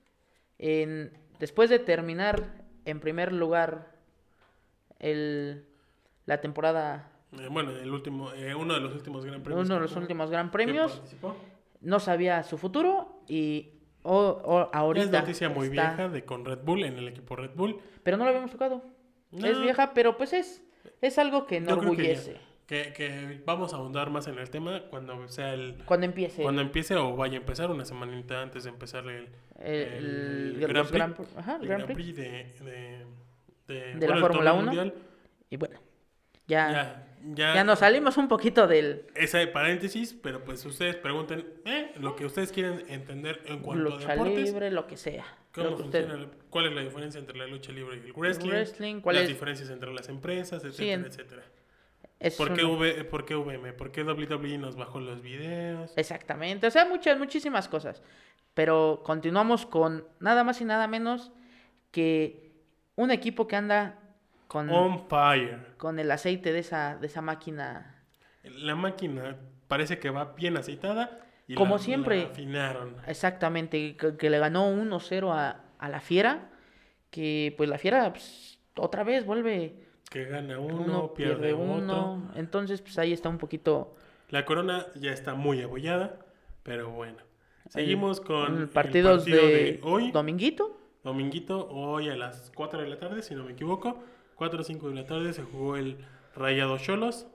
C: en, después de terminar en primer lugar el, la temporada,
B: Eh, bueno, el último, eh, uno de los últimos gran premios.
C: uno de
B: que-
C: los últimos Gran
B: que
C: Premios,
B: participó.
C: no sabía su futuro y o- o- ahorita
B: Es noticia muy
C: está-
B: vieja de con Red Bull, en el equipo Red Bull.
C: Pero no lo habíamos tocado. Es
B: No.
C: vieja, pero pues es, es algo que
B: Yo creo que,
C: enorgullece.
B: ya- que, que vamos a ahondar más en el tema cuando sea el...
C: Cuando empiece
B: Cuando empiece o vaya a empezar una semanita antes de empezar el,
C: el, el-
B: Gran
C: los
B: Prix.
C: Gran Prix. Ajá,
B: el
C: Gran
B: Gran
C: Prix.
B: Prix de, de, de-
C: De la
B: el
C: Fórmula
B: torneo
C: 1.
B: mundial.
C: Y bueno, ya, ya,
B: Ya, ya,
C: nos salimos un poquito del...
B: Ese paréntesis, pero pues ustedes pregunten eh, lo que ustedes quieren entender en cuanto a
C: lucha
B: deportes.
C: libre, lo que sea.
B: ¿Cómo
C: Lo que usted-
B: funciona la- ¿Cuál es la diferencia entre la lucha libre y el wrestling?
C: wrestling, ¿cuál
B: las
C: es?
B: diferencias entre las empresas, etcétera,
C: en-
B: etcétera.
C: es
B: ¿Por qué,
C: un-
B: V- ¿Por qué VM? ¿Por qué WWE nos bajó los videos?
C: Exactamente, o sea, muchas, muchísimas cosas. Pero continuamos con nada más y nada menos que un equipo que anda con,
B: On fire.
C: con el aceite de esa, de esa máquina.
B: La máquina parece que va bien aceitada. Y
C: Como
B: la-
C: siempre.
B: la afinaron.
C: Exactamente, que, que le ganó 1-0 a, a la Fiera. Que pues la Fiera pues, otra vez vuelve.
B: Que gana uno,
C: Uno
B: pierde,
C: pierde
B: otro.
C: uno. Entonces, pues ahí está un poquito.
B: La corona ya está muy abollada, pero bueno. Seguimos
C: mm,
B: con el
C: partidos
B: partido
C: de,
B: hoy.
C: Dominguito.
B: Dominguito, hoy a las 4 de la tarde, si no me equivoco. 4 o 5 de la tarde se jugó el Rayado Cholos.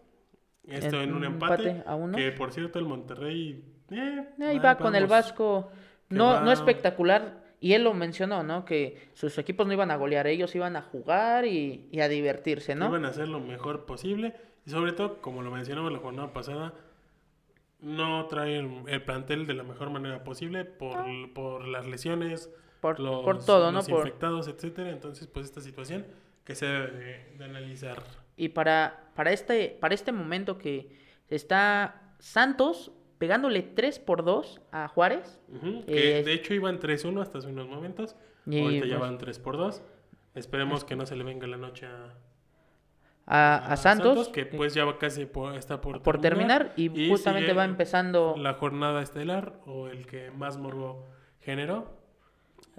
B: Esto en
C: En
B: un
C: un
B: empate.
C: empate a uno.
B: Que por cierto, el Monterrey. eh,
C: Ahí
B: va-
C: va con el
B: vamos.
C: Vasco.
B: que
C: No, no
B: va-
C: espectacular. Y él lo mencionó, ¿no? Que sus equipos no iban a golear, ellos iban a jugar y, y a divertirse, ¿no?
B: Iban a hacer lo mejor posible. Y sobre todo, como lo mencionamos la jornada pasada, no trae el, el plantel de la mejor manera posible por, por las lesiones,
C: Por-
B: los,
C: por todo, ¿no?
B: los
C: Por-
B: infectados, etcétera. Entonces, pues esta situación que se debe de, de analizar.
C: Y para, para, este, para este momento que está Santos pegándole 3 por 2 a Juárez.
B: Ujú, que
C: Eh,
B: de hecho iban 3-1 hasta hace unos momentos.
C: Y,
B: Ahorita ya
C: pues,
B: van 3 por 2. Esperemos que no se le venga la noche a,
C: A, a
B: a
C: Santos. eh,
B: que pues ya va casi por- está por,
C: por terminar y, justamente
B: sigue
C: va empezando
B: la jornada estelar o el que más morbo generó,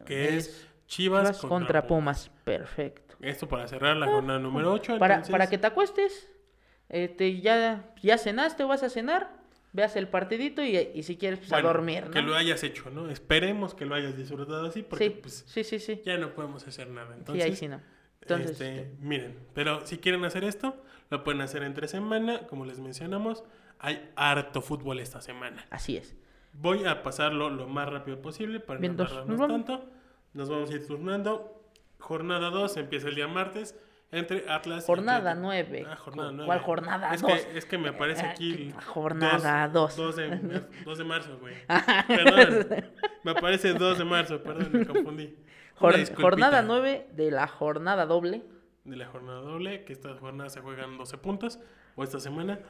B: que es,
C: Es
B: Chivas,
C: Chivas contra Pumas. Perfecto.
B: Esto para cerrar la jornada número 8.
C: Para, para que te acuestes, este, ya, ya cenaste o vas a cenar, veas el partidito y, y si quieres, pues, a dormir, ¿no?
B: Que lo hayas hecho, ¿no? Esperemos que lo hayas disfrutado así porque
C: sí,
B: pues
C: sí, sí, sí.
B: ya no podemos hacer nada.
C: Sí,
B: Entonces,
C: ahí sí no. Entonces,
B: este,
C: este,
B: miren, pero si quieren hacer esto, lo pueden hacer entre semana, como les mencionamos. Hay harto fútbol esta semana.
C: así es.
B: Voy a pasarlo lo más rápido posible para
C: Bien,
B: no
C: dos.
B: tardarnos
C: Nos vamos.
B: tanto. Nos vamos a ir turnando. Jornada 2 empieza el día martes entre Atlas y
C: Jornada
B: Atlético.
C: nueve.
B: Ah, jornada
C: ¿Cu-
B: 9.
C: cuál jornada
B: es
C: dos?
B: Que, es que me aparece
C: Ah,
B: aquí.
C: qué- jornada dos. Ah.
B: 2. 2 de, 2 de marzo, güey. Perdón. Me aparece 2 de marzo, perdón, me confundí. Una
C: Jor-
B: disculpita
C: jornada 9 de la jornada doble.
B: de la jornada doble, que esta jornada se juegan 12 puntos, o esta semana.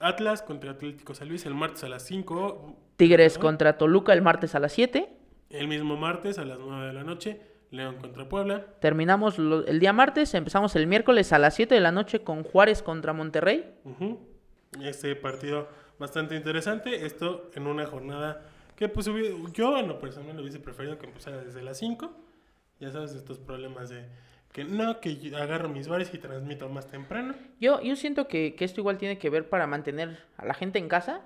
B: Atlas contra Atlético San Luis el martes a las 5,
C: Tigres
B: Ah.
C: contra Toluca el martes a las 7.
B: el mismo martes a las 9 de la noche, León contra Puebla,
C: Terminamos lo- el día martes, empezamos el miércoles a las 7 de la noche con Juárez contra Monterrey.
B: Ujú. Este partido bastante interesante, esto en una jornada que pues hubi- yo en lo personal hubiese preferido que empezara desde las 5, ya sabes, estos problemas de que no, que yo agarro mis bares y transmito más temprano.
C: Yo, yo siento que, que esto igual tiene que ver para mantener a la gente en casa,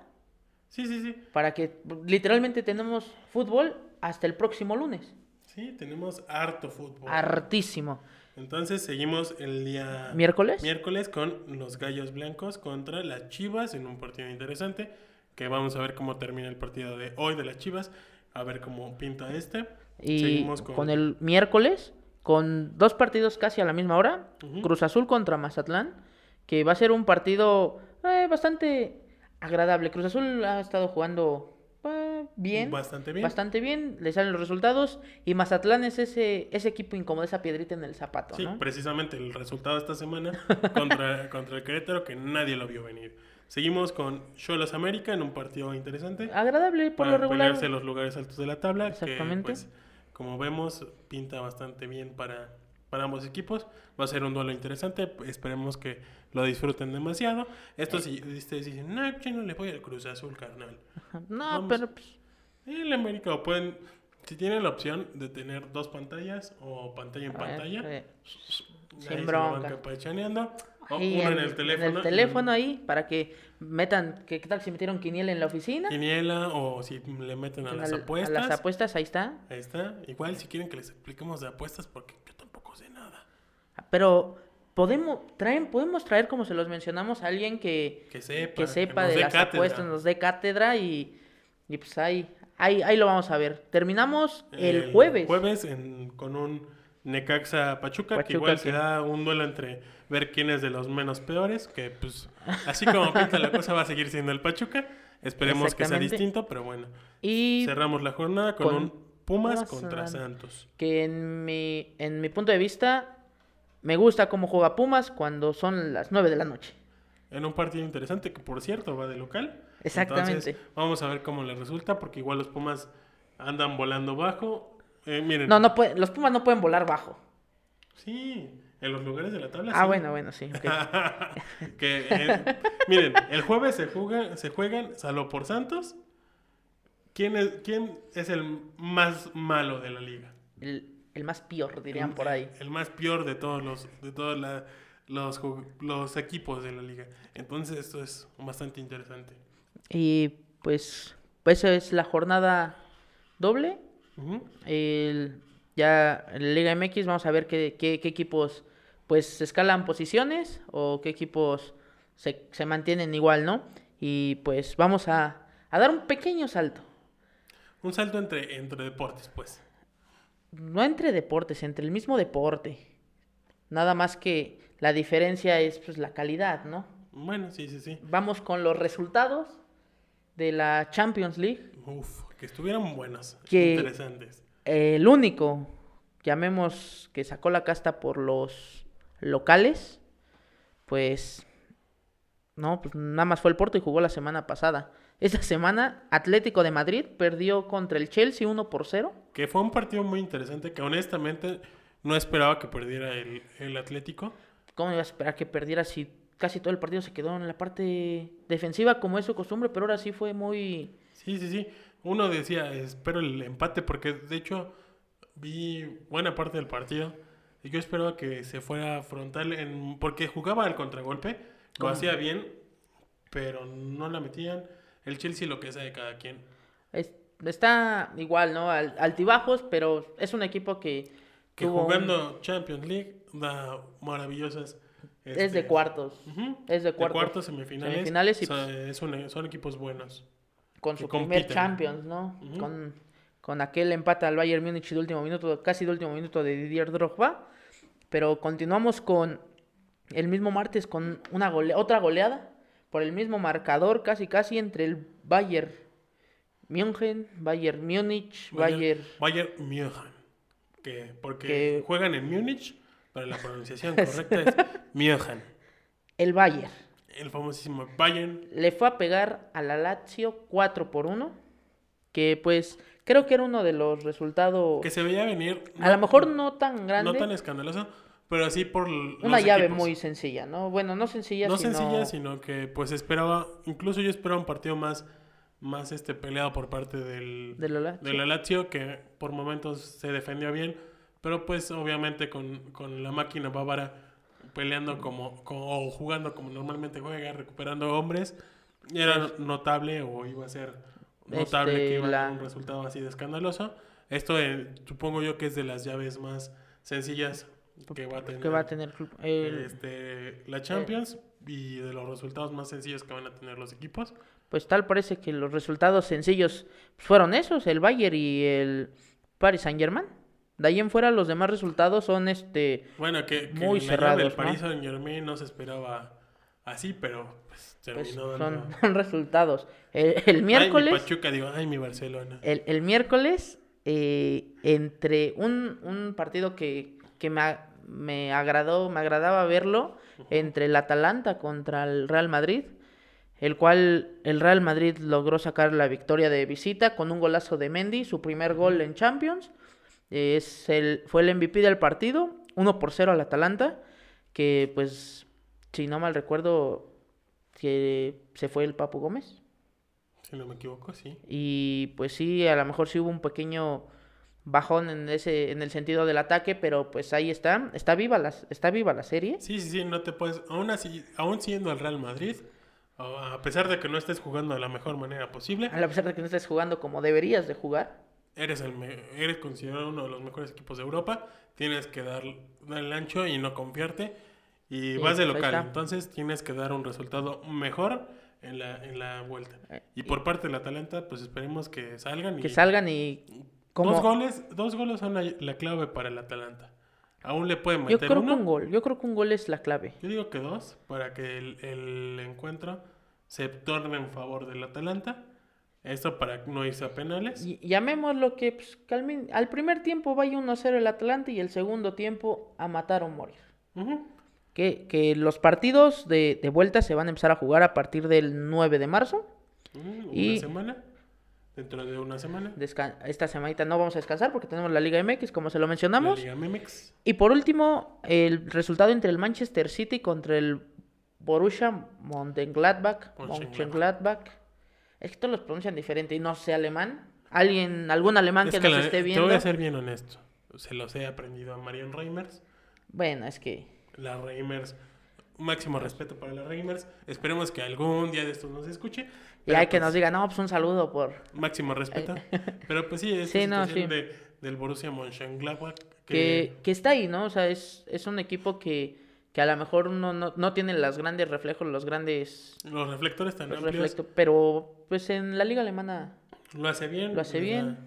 B: Sí, sí, sí.
C: para que literalmente tenemos fútbol hasta el próximo lunes.
B: Sí, tenemos harto fútbol.
C: Hartísimo.
B: Entonces seguimos el día
C: ¿Miércoles?
B: miércoles con los Gallos Blancos contra las Chivas en un partido interesante que vamos a ver cómo termina el partido de hoy de las Chivas. A ver cómo pinta este.
C: Y
B: Seguimos
C: con...
B: con-
C: el miércoles, con dos partidos casi a la misma hora, Cruz Azul contra Mazatlán, que va a ser un partido eh, bastante agradable. Cruz Azul ha estado jugando eh, bien,
B: Bastante bien.
C: bastante bien, le salen los resultados, y Mazatlán es ese, ese equipo incómodo, esa piedrita en el zapato,
B: Sí,
C: ¿no?
B: precisamente el resultado de esta semana contra, contra el Querétaro que nadie lo vio venir. Seguimos con Cholos América en un partido interesante.
C: Agradable por
B: para
C: lo regular.
B: pelearse los lugares altos de la tabla.
C: Exactamente.
B: Que, pues, como vemos, pinta bastante bien para, para ambos equipos. Va a ser un duelo interesante. Esperemos que lo disfruten demasiado.
C: Eh.
B: Esto si ustedes dicen, no, yo no le voy al Cruz Azul, carnal.
C: Ajá. No,
B: Vamos.
C: pero pues,
B: El América, o pueden, si tienen la opción de tener dos pantallas o pantalla en
C: eh,
B: pantalla,
C: eh,
B: ahí
C: sin
B: se lo
C: bronca.
B: van capachaneando, O
C: ahí
B: uno en el teléfono.
C: En el teléfono ahí, para que metan, que, ¿qué tal si metieron quiniela en la oficina?
B: Quiniela, o si le meten a
C: Al-
B: las apuestas.
C: las apuestas, ahí está.
B: Ahí está. Igual si quieren que les expliquemos de apuestas, porque yo tampoco sé nada.
C: Pero podemos, traen, podemos traer, como se los mencionamos, a alguien que,
B: Que sepa.
C: que sepa
B: nos
C: de
B: dé
C: las
B: cátedra.
C: apuestas, nos dé cátedra y, y pues ahí, ahí, ahí lo vamos a ver. Terminamos el, jueves.
B: Jueves en- con un Necaxa Pachuca,
C: Pachuca
B: que igual
C: que-
B: se da un duelo entre ver quién es de los menos peores, que pues así como pinta la cosa va a seguir siendo el Pachuca. Esperemos que sea
C: Exactamente.
B: distinto, pero bueno.
C: Y
B: Cerramos la jornada con,
C: con
B: un Pumas,
C: Pumas
B: contra
C: San-
B: Santos.
C: que en mi, en mi punto de vista, me gusta cómo juega Pumas cuando son las 9 de la noche.
B: En un partido interesante que, por cierto, va de local.
C: Exactamente.
B: Entonces, vamos a ver cómo le resulta, porque igual los Pumas andan volando bajo. Eh, miren,
C: No, no puede- los Pumas no pueden volar bajo.
B: Sí, en los lugares de la tabla.
C: Ah,
B: sí.
C: bueno, bueno, sí. ok.
B: que, eh, miren, el jueves se, juega, se juegan Saló por Santos. ¿Quién es, ¿Quién es el más malo de la liga?
C: El, el más peor, dirían por ahí.
B: El más peor de todos los, de todos la- los, ju- los equipos de la liga. Entonces esto es bastante interesante.
C: Y pues, pues esa es la jornada doble.
B: Ujú.
C: El- ya en Liga MX vamos a ver qué, qué- qué equipos pues se escalan posiciones o qué equipos se, se mantienen igual, ¿no? Y pues vamos a, a dar un pequeño salto.
B: Un salto entre, entre deportes, pues.
C: No entre deportes, entre el mismo deporte. Nada más que la diferencia es pues la calidad, ¿no?
B: Bueno, sí, sí, sí.
C: Vamos con los resultados de la Champions League.
B: Uf, que estuvieran buenos.
C: Que-
B: Interesantes.
C: El único, llamemos, que sacó la casta por los locales, pues no, pues nada más fue el Porto y jugó la semana pasada. Esta semana Atlético de Madrid perdió contra el Chelsea 1 por 0.
B: Que fue un partido muy interesante que honestamente no esperaba que perdiera el, el Atlético.
C: ¿Cómo iba a esperar que perdiera si casi todo el partido se quedó en la parte defensiva como es su costumbre? Pero ahora sí fue muy...
B: Sí, sí, sí. Uno decía, espero el empate porque de hecho vi buena parte del partido. Y yo esperaba que se fuera frontal en, porque jugaba al contragolpe, lo hacía bien, pero no la metían. El Chelsea lo que sea de cada quien.
C: es- está igual, ¿no? Al- altibajos, pero es un equipo que...
B: Que
C: tuvo un-
B: jugando Champions League da maravillosas.
C: Es de
B: este,
C: cuartos.
B: Ujú.
C: Es de cuartos.
B: semifinales.
C: Semifinales y, pues
B: O sea, es un- son equipos buenos.
C: con
B: que
C: su primer
B: compiten.
C: Champions, ¿no?
B: Ujú.
C: con, con aquel empate al Bayern Múnich de último minuto, casi de último minuto de Didier Drogba. Pero continuamos con el mismo martes con una gole- otra goleada por el mismo marcador, casi casi entre el Bayern München, Bayern Múnich, Bayern.
B: Bayern München. Que, porque
C: Que-
B: juegan en Múnich, pero la pronunciación correcta es München.
C: El Bayern
B: El famosísimo Bayern.
C: le fue a pegar a la Lazio 4 por 1, que pues creo que era uno de los resultados
B: Que se veía venir.
C: a lo mejor no tan
B: no,
C: grande.
B: tan escandaloso, pero así por. l-
C: Una
B: los
C: llave
B: equipos.
C: muy sencilla, ¿no? Bueno, no sencilla,
B: No
C: sino...
B: sencilla, sino que pues esperaba. Incluso yo esperaba un partido más. Más este peleado por parte del,
C: De la Lazio.
B: de la Lazio, que por momentos se defendió bien, pero pues obviamente con, con la máquina bávara peleando como, como- o jugando como normalmente juega, recuperando hombres, era notable o iba a ser notable
C: Este,
B: que iba a
C: la-
B: ser un resultado así de escandaloso. Esto eh, supongo yo que es de las llaves más sencillas que va a tener,
C: Que va a tener el club. El-
B: este, la Champions y de los resultados más sencillos que van a tener los equipos.
C: pues tal parece que los resultados sencillos fueron esos, el Bayern y el Paris Saint-Germain. De ahí en fuera los demás resultados son este
B: Bueno, que, que
C: Muy
B: la llave
C: cerrados,
B: del
C: ¿no?
B: Paris Saint Germain no se esperaba así, pero pues
C: pues,
B: terminó dando-
C: son resultados. El,
B: Ay,
C: el
B: mi
C: miércoles
B: Pachuca, digo, ay, mi Barcelona.
C: el, el miércoles, eh, entre un, un partido que, que me, a- me agradó, me agradaba verlo, entre el Atalanta contra el Real Madrid, el cual el Real Madrid logró sacar la victoria de visita con un golazo de Mendy, su primer gol en Champions. Es el, fue el MVP del partido, 1 por 0 al Atalanta, que pues, si no mal recuerdo, que se fue el Papu Gómez.
B: Si no me equivoco, sí.
C: Y pues sí, a lo mejor sí hubo un pequeño bajón en ese, en el sentido del ataque, pero pues ahí está, está viva las, está viva la serie.
B: Sí, sí, sí, no te puedes. Aún así, aún siendo al Real Madrid, a a pesar de que no estés jugando de la mejor manera posible,
C: A pesar de que no estés jugando como deberías de jugar.
B: eres, el me- eres considerado uno de los mejores equipos de Europa, tienes que dar, dar el ancho y no confiarte. Y
C: Sí,
B: vas de
C: pues ahí
B: local,
C: está.
B: entonces tienes que dar un resultado mejor en la, en la vuelta.
C: Eh,
B: Y por parte de la Atalanta, pues esperemos que salgan
C: Que
B: y
C: salgan y como
B: Dos goles, dos goles son la, la clave para el Atalanta. Aún le pueden
C: yo
B: meter
C: creo que
B: uno.
C: un gol, yo creo que un gol es la clave.
B: Yo digo que dos, para que el, el encuentro se torne en favor del Atalanta. Esto para no irse a penales.
C: Y- Llamémoslo que pues, que al, min- al primer tiempo vaya 1-0 el Atlante y el segundo tiempo a matar o morir.
B: Ujú.
C: Que, que los partidos de, de vuelta se van a empezar a jugar a partir del 9 de marzo.
B: Mm, Una
C: Y-
B: semana. Dentro de una semana.
C: Desca- esta semanita no vamos a descansar porque tenemos la Liga MX, como se lo
B: la
C: mencionamos.
B: Liga Memex.
C: Y por último, el resultado entre el Manchester City contra el Borussia Mönchengladbach. Mönchengladbach. Es que todos los pronuncian diferente y no sé alemán. Alguien, algún alemán
B: Es
C: que,
B: que
C: nos
B: la-
C: esté
B: Te
C: viendo.
B: voy a ser bien honesto. Se los he aprendido a Marion Reimers.
C: Bueno, es que
B: La Reimers. Máximo respeto para la Reimers. Esperemos que algún día de estos nos escuche.
C: y
B: pero
C: hay que
B: pues-
C: nos digan, no, pues un saludo por
B: Máximo respeto. Pero pues sí, es
C: Sí, no,
B: situación
C: sí.
B: de- del Borussia Mönchengladbach
C: que,
B: que,
C: que está ahí, ¿no? O sea, es, es un equipo que, que a lo mejor no, no, no tiene los grandes reflejos, los grandes
B: los reflectores tan
C: los
B: amplios
C: reflecto- pero pues en la liga alemana
B: lo hace bien.
C: lo hace
B: o sea,
C: bien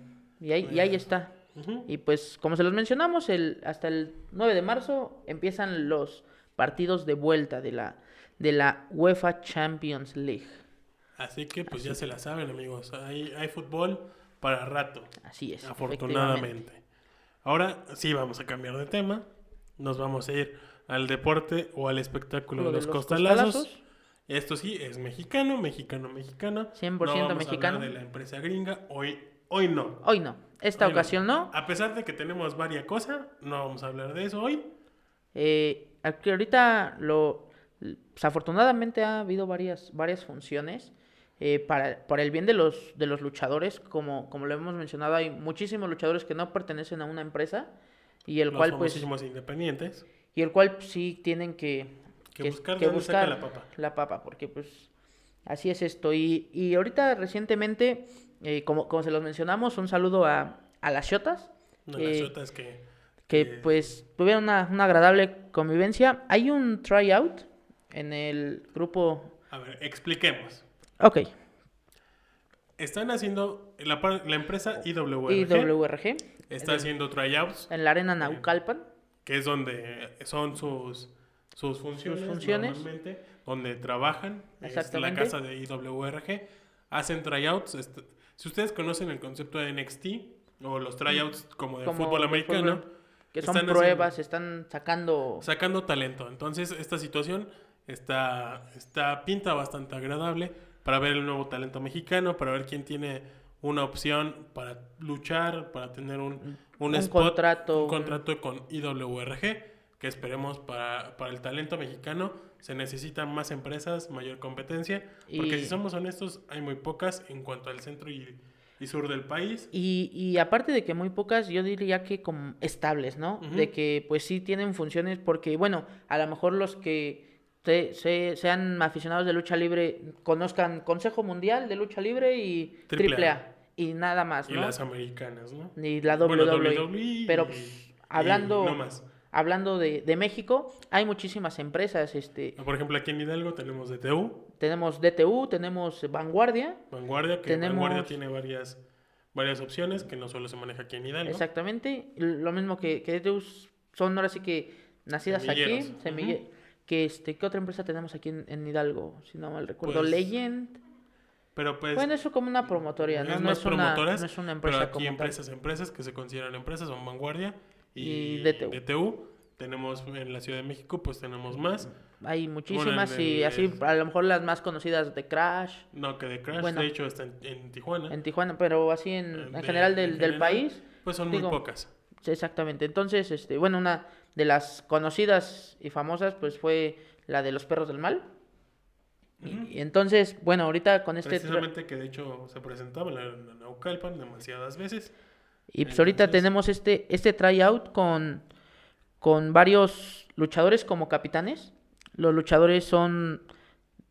C: y ahí, y ahí
B: Bueno.
C: está.
B: ujú.
C: Y pues, como se los mencionamos, el, hasta el 9 de marzo empiezan los partidos de vuelta de la, de la UEFA Champions League.
B: Así que pues ya se la saben, amigos. Hay, hay fútbol para rato,
C: Así es. efectivamente.
B: afortunadamente. Ahora sí vamos a cambiar de tema. Nos vamos a ir al deporte o al espectáculo
C: Lo
B: de los, costalazos. Esto sí es mexicano, mexicano, mexicano.
C: 100%
B: no vamos a hablar
C: mexicano.
B: de la empresa gringa. Hoy, hoy no.
C: Hoy no. Esta
B: Hoy no.
C: ocasión no.
B: A pesar de que tenemos varias cosas, no vamos a hablar de eso hoy.
C: Eh, aquí ahorita lo pues, afortunadamente ha habido varias, varias funciones eh, para, para el bien de los, de los luchadores. Como, como lo hemos mencionado, hay muchísimos luchadores que no pertenecen a una empresa y el
B: Los
C: cual pues
B: famosísimos independientes.
C: y el cual pues, sí tienen que,
B: Que buscar dónde saca la papa.
C: la papa, porque pues así es esto. Y, y ahorita recientemente, eh, como, como se los mencionamos, un saludo a, a las Shotas,
B: No,
C: eh,
B: las chotas que...
C: que
B: eh,
C: pues tuvieron una, una agradable convivencia. Hay un tryout en el grupo...
B: A ver, expliquemos.
C: Ok,
B: Están haciendo... La, par- la empresa IWRG
C: IWRG,
B: está haciendo tryouts,
C: en la arena Naucalpan.
B: que es donde son sus, sus funciones,
C: funciones.
B: normalmente, donde trabajan. Es la
C: Exactamente.
B: casa de IWRG. Hacen tryouts. Est- Si ustedes conocen el concepto de NXT o los tryouts como de
C: como
B: fútbol
C: de
B: americano...
C: fútbol, que
B: están
C: son
B: haciendo-
C: pruebas, están sacando...
B: sacando talento. Entonces, esta situación está, está pinta bastante agradable para ver el nuevo talento mexicano, para ver quién tiene una opción para luchar, para tener un, un,
C: Un
B: spot,
C: contrato,
B: un
C: un-
B: contrato con IWRG, que esperemos para, para el talento mexicano se necesitan más empresas, mayor competencia, porque
C: Y-
B: si somos honestos, hay muy pocas en cuanto al centro y, y sur del país.
C: Y, y aparte de que muy pocas, yo diría que como estables, ¿no?
B: Ujú.
C: De que pues sí tienen funciones porque, bueno, a lo mejor los que se- se- sean aficionados de lucha libre conozcan Consejo Mundial de Lucha Libre y
B: Triple
C: AAA.
B: A.
C: Y nada más,
B: Y
C: ¿no?
B: las americanas, ¿no?
C: Ni la E.
B: Bueno, E.
C: WWE.
B: WWE,
C: pero
B: y-
C: pues,
B: y
C: hablando,
B: no más.
C: hablando de, de México, hay muchísimas empresas. Este,
B: Por ejemplo, aquí en Hidalgo tenemos DTU,
C: tenemos DTU, tenemos Vanguardia,
B: Vanguardia, que
C: Tenemos-
B: Vanguardia tiene varias, varias opciones que no solo se maneja aquí en Hidalgo.
C: exactamente. Lo mismo que, que DTU son ahora sí que nacidas aquí,
B: Semilleros.
C: semille- que este, ¿qué otra empresa tenemos aquí en, en Hidalgo? Si no mal recuerdo,
B: Pues,
C: Legend.
B: Pero pues
C: Bueno, eso como una promotoria, ¿no?
B: es
C: no,
B: más
C: es una,
B: promotoras,
C: no es una
B: pero
C: empresa
B: aquí
C: como tal.
B: empresas, empresas que se consideran empresas son Vanguardia y,
C: Y DTU.
B: Tenemos en la Ciudad de México, pues tenemos más.
C: Hay muchísimas
B: en
C: y
B: el-
C: así a lo mejor las más conocidas de Crash
B: No, que de Crash,
C: Bueno.
B: de hecho, está en, en Tijuana.
C: en Tijuana, pero así en,
B: Eh,
C: en
B: de-
C: general
B: en
C: del, del
B: general,
C: país.
B: Pues son
C: digo,
B: muy pocas.
C: Sí, exactamente. Entonces, este, bueno, una de las conocidas y famosas pues fue la de los perros del mal. Y- Y entonces, bueno, ahorita con este... tra-
B: Precisamente que de hecho se presentaba en la- en Naucalpan demasiadas veces.
C: Y pues ahorita
B: Entonces-
C: tenemos este, este tryout con, con varios luchadores como capitanes. Los luchadores son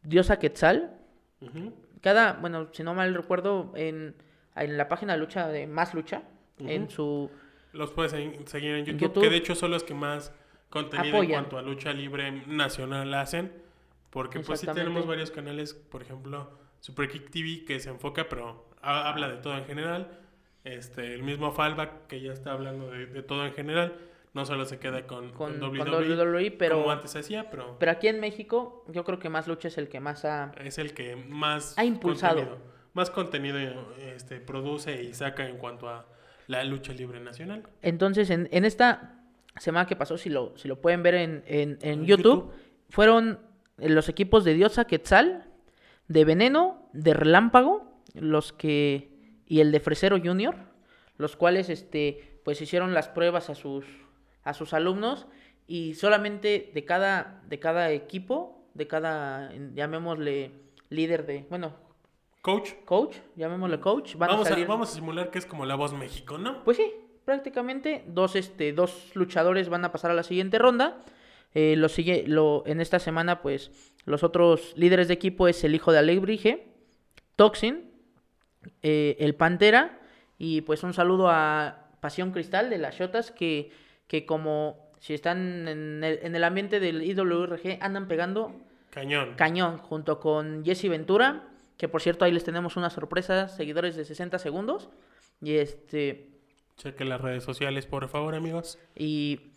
C: Diosa Quetzal.
B: Ujú,
C: Cada, bueno, si no mal recuerdo, en, en la página de lucha de Más Lucha, en
B: Ujú.
C: su...
B: Los puedes en- seguir en YouTube,
C: YouTube.
B: que de hecho son los que más contenido en
C: Apoyan.
B: cuanto a lucha libre nacional hacen. Porque pues sí
C: Exactamente.
B: tenemos varios canales, por ejemplo, Super Kick TV, que se enfoca, pero ha- habla de todo en general. Este, el mismo Fallback, que ya está hablando de, de todo en general. No solo se queda con, con
C: Con- con
B: WWE,
C: WWE, pero-
B: como antes hacía, pero,
C: Pero aquí en México, yo creo que Más Lucha es el que más ha...
B: es el que más
C: Ha impulsado.
B: contenido- más contenido este, produce y saca en cuanto a la lucha libre nacional.
C: Entonces, en, en esta semana que pasó, si lo, si lo pueden ver en, en- en
B: En
C: YouTube,
B: YouTube.
C: fueron eh, los equipos de Diosa Quetzal, de Veneno, de Relámpago, los que. y el de Fresero Junior, los cuales este, pues hicieron las pruebas a sus, a sus alumnos. Y solamente de cada, de cada equipo, de cada, llamémosle líder de, bueno,
B: Coach,
C: coach, llamémosle coach, van
B: vamos,
C: a
B: a,
C: salir...
B: vamos a simular que es como la voz México, ¿no?
C: Pues sí, prácticamente dos, este, dos luchadores van a pasar a la siguiente ronda. Eh, lo sigue, lo, en esta semana, pues, los otros líderes de equipo es el hijo de Alebrije, Toxin, eh, el Pantera, y pues un saludo a Pasión Cristal de las Shotas, que, que como si están en el, en el ambiente del IWRG, andan pegando
B: Cañón.
C: Cañón, junto con Jesse Ventura, que por cierto ahí les tenemos una sorpresa, seguidores de 60 segundos. Y este,
B: Chequen las redes sociales, por favor, amigos.
C: y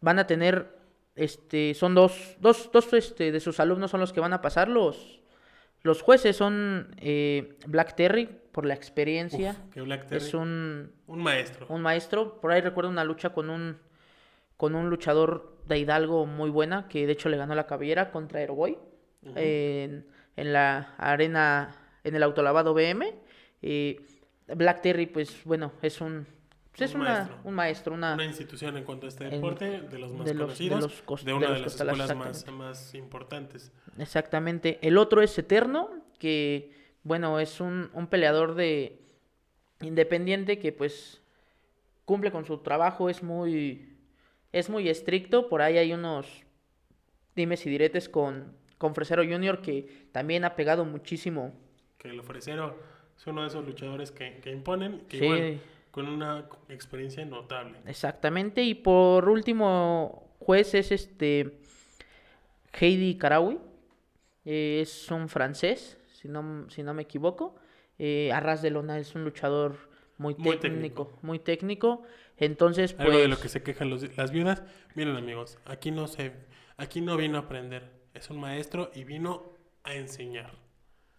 C: van a tener este son dos dos dos este, de sus alumnos son los que van a pasar los los jueces son eh, Black Terry por la
B: Uf,
C: experiencia
B: que Black Terry.
C: es un
B: un maestro.
C: un maestro por ahí recuerdo una lucha con un con un luchador de Hidalgo muy buena que de hecho le ganó la cabellera contra Aeroboy eh, en, en la arena en el autolavado BM y Black Terry pues bueno es un pues, es
B: Un
C: una-
B: maestro.
C: un maestro una,
B: Una institución en cuanto a este
C: En-
B: deporte, de los más
C: de los- de
B: conocidos, de,
C: los cos- de
B: una de,
C: los
B: las
C: costalas,
B: escuelas más, más importantes.
C: Exactamente. El otro es Eterno, que, bueno, es un, un peleador de independiente que pues cumple con su trabajo, es muy, es muy estricto. Por ahí hay unos dimes y diretes con, con Fresero Junior que también ha pegado muchísimo.
B: Que el ofrecero es uno de esos luchadores que, que imponen, que
C: Sí.
B: igual, con una experiencia notable.
C: Exactamente. Y por último, juez es este Heidi Karawi. Eh, es un francés, si no, si no me equivoco. Eh, Arras de Lona es un luchador muy
B: Muy
C: técnico,
B: técnico.
C: muy técnico. Entonces, pues,
B: Algo de lo que se Ah, quejan los- las viudas. Miren, amigos, aquí no se, aquí no vino a aprender, es un maestro y vino a enseñar.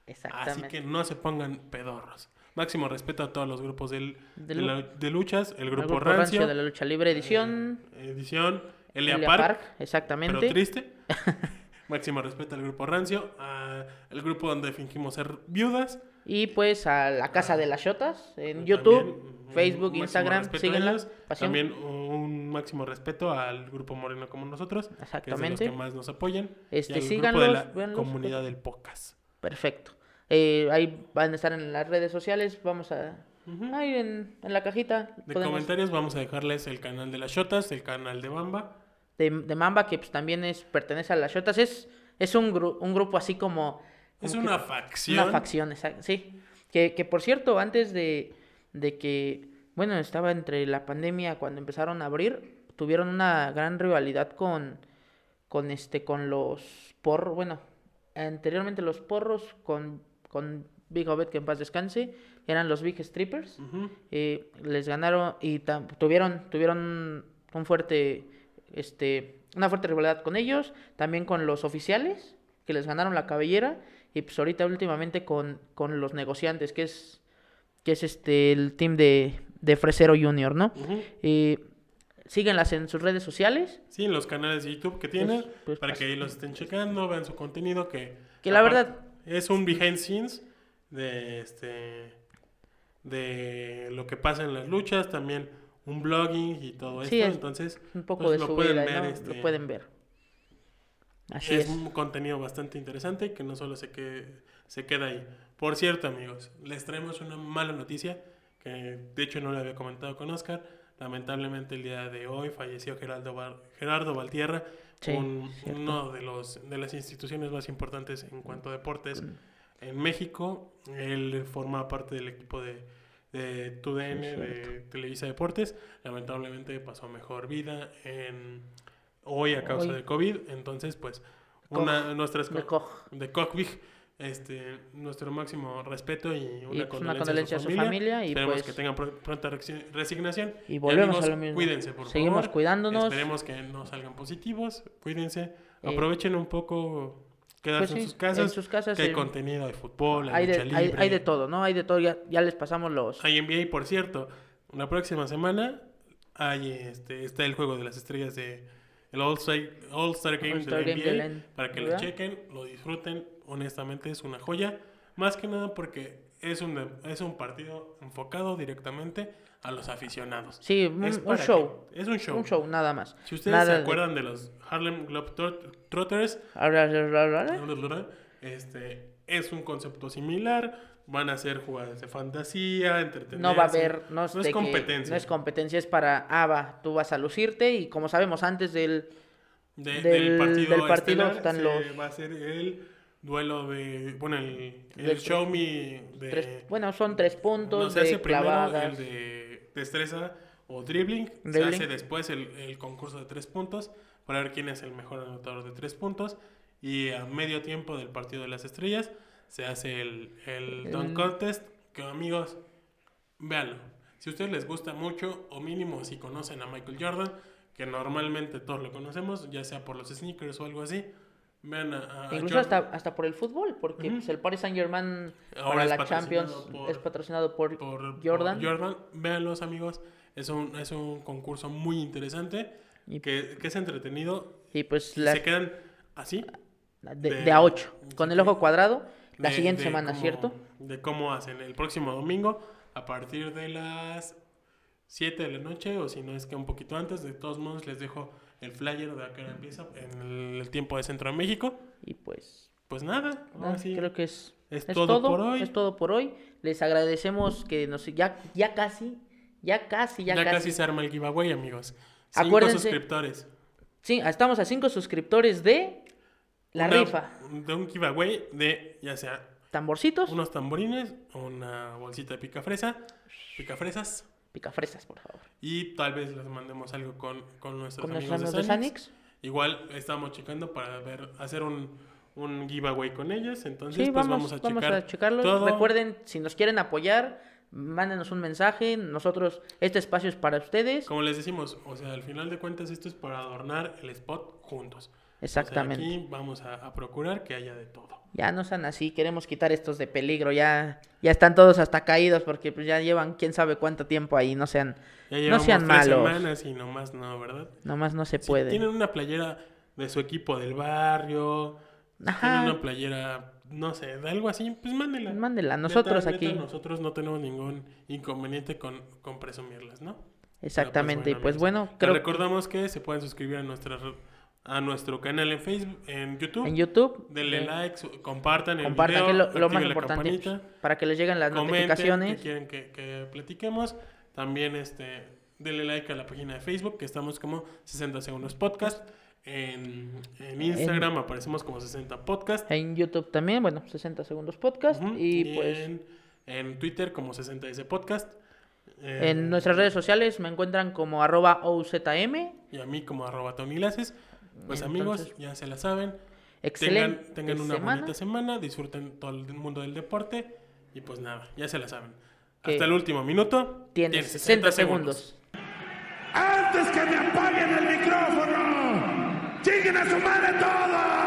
B: Así
C: exactamente.
B: que no se pongan pedorros. Máximo respeto a todos los grupos del-
C: De
B: de,
C: lu-
B: la- de luchas, el
C: El
B: grupo,
C: grupo
B: Rancio,
C: de la lucha libre edición.
B: eh, edición, Elia
C: Elia
B: Park,
C: Park,
B: pero
C: exactamente.
B: triste. Máximo respeto al grupo Rancio, a- al grupo donde fingimos ser viudas.
C: Y pues a la Casa de las Shotas
B: Pues
C: en
B: También,
C: YouTube,
B: un
C: Facebook,
B: máximo
C: Instagram,
B: respeto a
C: síguenla.
B: ellos.
C: Pasión.
B: También un máximo respeto al grupo Moreno como nosotros, que es de los
C: Exactamente.
B: que más nos apoyan.
C: Este,
B: y al grupo
C: síganlos,
B: de la
C: véanlos,
B: comunidad
C: pues.
B: del podcast.
C: Perfecto. Eh, ahí van a estar en las redes sociales. Vamos a.
B: Ujú.
C: Ahí en, en la cajita.
B: De
C: podemos-
B: comentarios vamos a dejarles el canal de las Shotas, el canal de Bamba.
C: de, de Mamba, que pues, también es, pertenece a las Shotas. Es, es un, gru- un grupo así como.
B: Es
C: como
B: una
C: que-
B: facción.
C: Una facción, exacto. Sí. Que, que, por cierto, antes de, de que. Bueno, estaba entre la pandemia cuando empezaron a abrir. tuvieron una gran rivalidad con, con, este, con los porros, bueno, anteriormente los porros con, con Big Hobbit, que en paz descanse, eran los Big Strippers,
B: Ujú.
C: eh, les ganaron y tam- tuvieron, tuvieron un fuerte, este, una fuerte rivalidad con ellos, también con los oficiales, que les ganaron la cabellera, y pues ahorita últimamente con, con los negociantes, que es, que es este, el team de, de Fresero Junior, ¿no?
B: Ujú.
C: Eh, síguenlas en sus redes sociales,
B: Sí, en los canales de YouTube que tiene,
C: Pues- pues
B: para
C: pas-
B: que ahí los estén checando, vean su contenido, que...
C: Que la
B: aparte,
C: verdad-
B: Es un behind scenes de, este, de lo que pasa en las luchas, también un blogging y todo
C: Sí,
B: esto,
C: es
B: entonces
C: un poco
B: pues,
C: de
B: lo
C: su
B: pueden
C: vida,
B: ver,
C: ¿no?
B: este,
C: Lo pueden ver. Así
B: es,
C: es.
B: un contenido bastante interesante que no solo se, que, se queda ahí. Por cierto, amigos, les traemos una mala noticia que de hecho no la había comentado con Oscar. Lamentablemente el día de hoy falleció Gerardo, Val- Gerardo Valtierra,
C: Sí,
B: un-
C: cierto.
B: uno de, los, de las instituciones más importantes en cuanto a deportes
C: Mm.
B: en México. Él forma parte del equipo de, de TUDN,
C: Sí, cierto.
B: de Televisa Deportes. Lamentablemente pasó a mejor vida en, hoy a causa
C: Hoy.
B: de COVID. Entonces, pues, una,
C: Koch,
B: nuestras
C: de
B: co-
C: Koch.
B: de Kochvig, este, nuestro máximo respeto y
C: Y
B: una,
C: pues, una
B: condolencia a su familia.
C: y
B: Esperemos
C: pues
B: que tengan pro- pronta rexi- resignación.
C: Y volvemos
B: amigos,
C: a lo mismo.
B: Cuídense, por
C: Seguimos
B: favor.
C: cuidándonos. Eh,
B: Esperemos que no salgan positivos. Cuídense. Aprovechen un poco quedarse
C: pues
B: en
C: sí,
B: sus casas.
C: en sus casas,
B: Que hay
C: eh,
B: contenido de fútbol, hay
C: hay, de,
B: lucha
C: hay-
B: libre.
C: hay de todo, ¿no? Hay de todo, ya, ya les pasamos los...
B: Hay NBA, por cierto. La próxima semana hay este, está el juego de las estrellas de el All-Star All-Star Game, de,
C: All-Star
B: la
C: Game
B: NBA,
C: de la N-
B: Para que lo
C: ¿verdad?
B: chequen, lo disfruten. Honestamente es una joya. Más que nada porque es un, de- es un partido enfocado directamente a los aficionados.
C: Sí, un,
B: Es
C: un
B: para
C: show.
B: que- es un show.
C: Un show, nada más.
B: Si ustedes
C: Nada
B: se
C: de-
B: acuerdan de los Harlem Globetrotters,
C: Ahora- ahora- ahora-
B: este, es un concepto similar. Van a hacer jugadas de fantasía, entretenerse.
C: No va a haber, no,
B: es
C: de que-
B: competencia.
C: no es competencia, es para, ah, va, tú vas a lucirte y como sabemos antes del,
B: De- del
C: del-
B: partido,
C: del partido
B: estelar
C: están
B: se
C: los-
B: va a ser el duelo de. Bueno, el, el
C: De-
B: show me de.
C: tres- bueno, son tres puntos
B: Eh, no, se hace
C: de
B: primero el
C: clavadas.
B: de destreza o dribbling. Se
C: Dribbling.
B: hace después el, el concurso de tres puntos para ver quién es el mejor anotador de tres puntos. Y a medio tiempo del partido de las estrellas se hace el, el dunk
C: El-
B: contest. Que amigos, véanlo. Si a ustedes les gusta mucho, o mínimo si conocen a Michael Jordan, que normalmente todos lo conocemos, ya sea por los sneakers o algo así, vean a, a
C: Incluso
B: Jordan.
C: hasta, hasta por el fútbol, porque pues, el Paris Saint Germain
B: Ahora
C: para
B: es
C: la
B: patrocinado
C: Champions
B: por-
C: es patrocinado por,
B: por
C: Jordan.
B: por Jordan. Véanlos, amigos. Es un, es un concurso muy interesante
C: Y-
B: que, que es entretenido.
C: Y pues
B: Y
C: la,
B: Se quedan así.
C: de,
B: de-
C: de a 8,
B: sí,
C: con el
B: sí.
C: ojo cuadrado, la
B: de-
C: siguiente
B: de
C: semana,
B: cómo-
C: ¿cierto?
B: De cómo hacen el próximo domingo a partir de las 7 de la noche o si no es que un poquito antes. De todos modos, les dejo el flyer de acá empieza en el, tiempo de Centro de México.
C: Y pues,
B: Pues nada, ahora
C: nada,
B: sí,
C: creo que es,
B: es
C: es
B: todo por hoy.
C: Es todo por hoy. Les agradecemos que nos... Ya, ya casi, ya casi,
B: ya,
C: ya,
B: casi.
C: casi.
B: se arma el giveaway, amigos. Cinco
C: Acuérdense-
B: suscriptores.
C: Sí, ah, estamos a 5 suscriptores de la
B: Una-
C: rifa.
B: De un giveaway de ya sea
C: Tamborcitos,
B: unos tamborines, una bolsita de pica fresa, pica fresas,
C: picafresas, por favor.
B: y tal vez les mandemos algo con, con nuestros
C: Con
B: amigos
C: nuestros amigos
B: de
C: de
B: Sanix.
C: Sanix.
B: Igual estamos checando para ver, hacer un, un giveaway con ellos, entonces
C: Sí,
B: pues
C: vamos,
B: vamos, a
C: vamos
B: checar
C: a checarlo.
B: todo.
C: Recuerden, si nos quieren apoyar, mándenos un mensaje. Nosotros, este espacio es para ustedes.
B: Como les decimos, o sea, al final de cuentas esto es para adornar el spot juntos. O sea,
C: Exactamente.
B: aquí vamos a, a procurar que haya de todo.
C: Ya no sean así, queremos quitar estos de peligro, ya, ya están todos hasta caídos porque pues, ya llevan quién sabe cuánto tiempo ahí, no sean,
B: Ya
C: no
B: llevamos
C: sean
B: tres
C: malos,
B: semanas y nomás no, ¿verdad?
C: nomás no se
B: Si
C: puede.
B: tienen una playera de su equipo del barrio,
C: Ajá.
B: tienen una playera, no sé, de algo así, pues mándenla.
C: Mándenla,
B: Neta,
C: nosotros
B: neta,
C: aquí.
B: nosotros no tenemos ningún inconveniente con, con presumirlas, ¿no?
C: Exactamente,
B: Pero,
C: y pues bueno,
B: amigos, les
C: creo que
B: recordamos que se pueden suscribir a nuestra red- a nuestro canal en Facebook, en YouTube.
C: en YouTube
B: Denle
C: eh,
B: like, su- compartan el
C: compartan que
B: video,
C: es lo, lo más
B: activen la
C: importante
B: campanita,
C: pues, para que les lleguen las
B: comenten que
C: notificaciones.
B: quieren que, que platiquemos. También este denle like a la página de Facebook, que estamos como 60 Segundos Podcast. En, en Instagram aparecemos como 60 Podcast.
C: En YouTube también, bueno, 60 segundos podcast
B: Ujú,
C: y pues
B: en, en Twitter como 60S Podcast. Eh,
C: En nuestras redes sociales me encuentran como arroba OZM.
B: Y a mí como arroba Tony Laces. Pues amigos,
C: Entonces-
B: ya se la saben.
C: Excelente.
B: Tengan, tengan una
C: semana.
B: bonita semana, disfruten todo el mundo del deporte y pues nada, ya se la saben.
C: Que
B: Hasta el último minuto.
C: Tiene 60 segundos.
D: antes que me apaguen el micrófono. ¡Chinguen a su madre todos!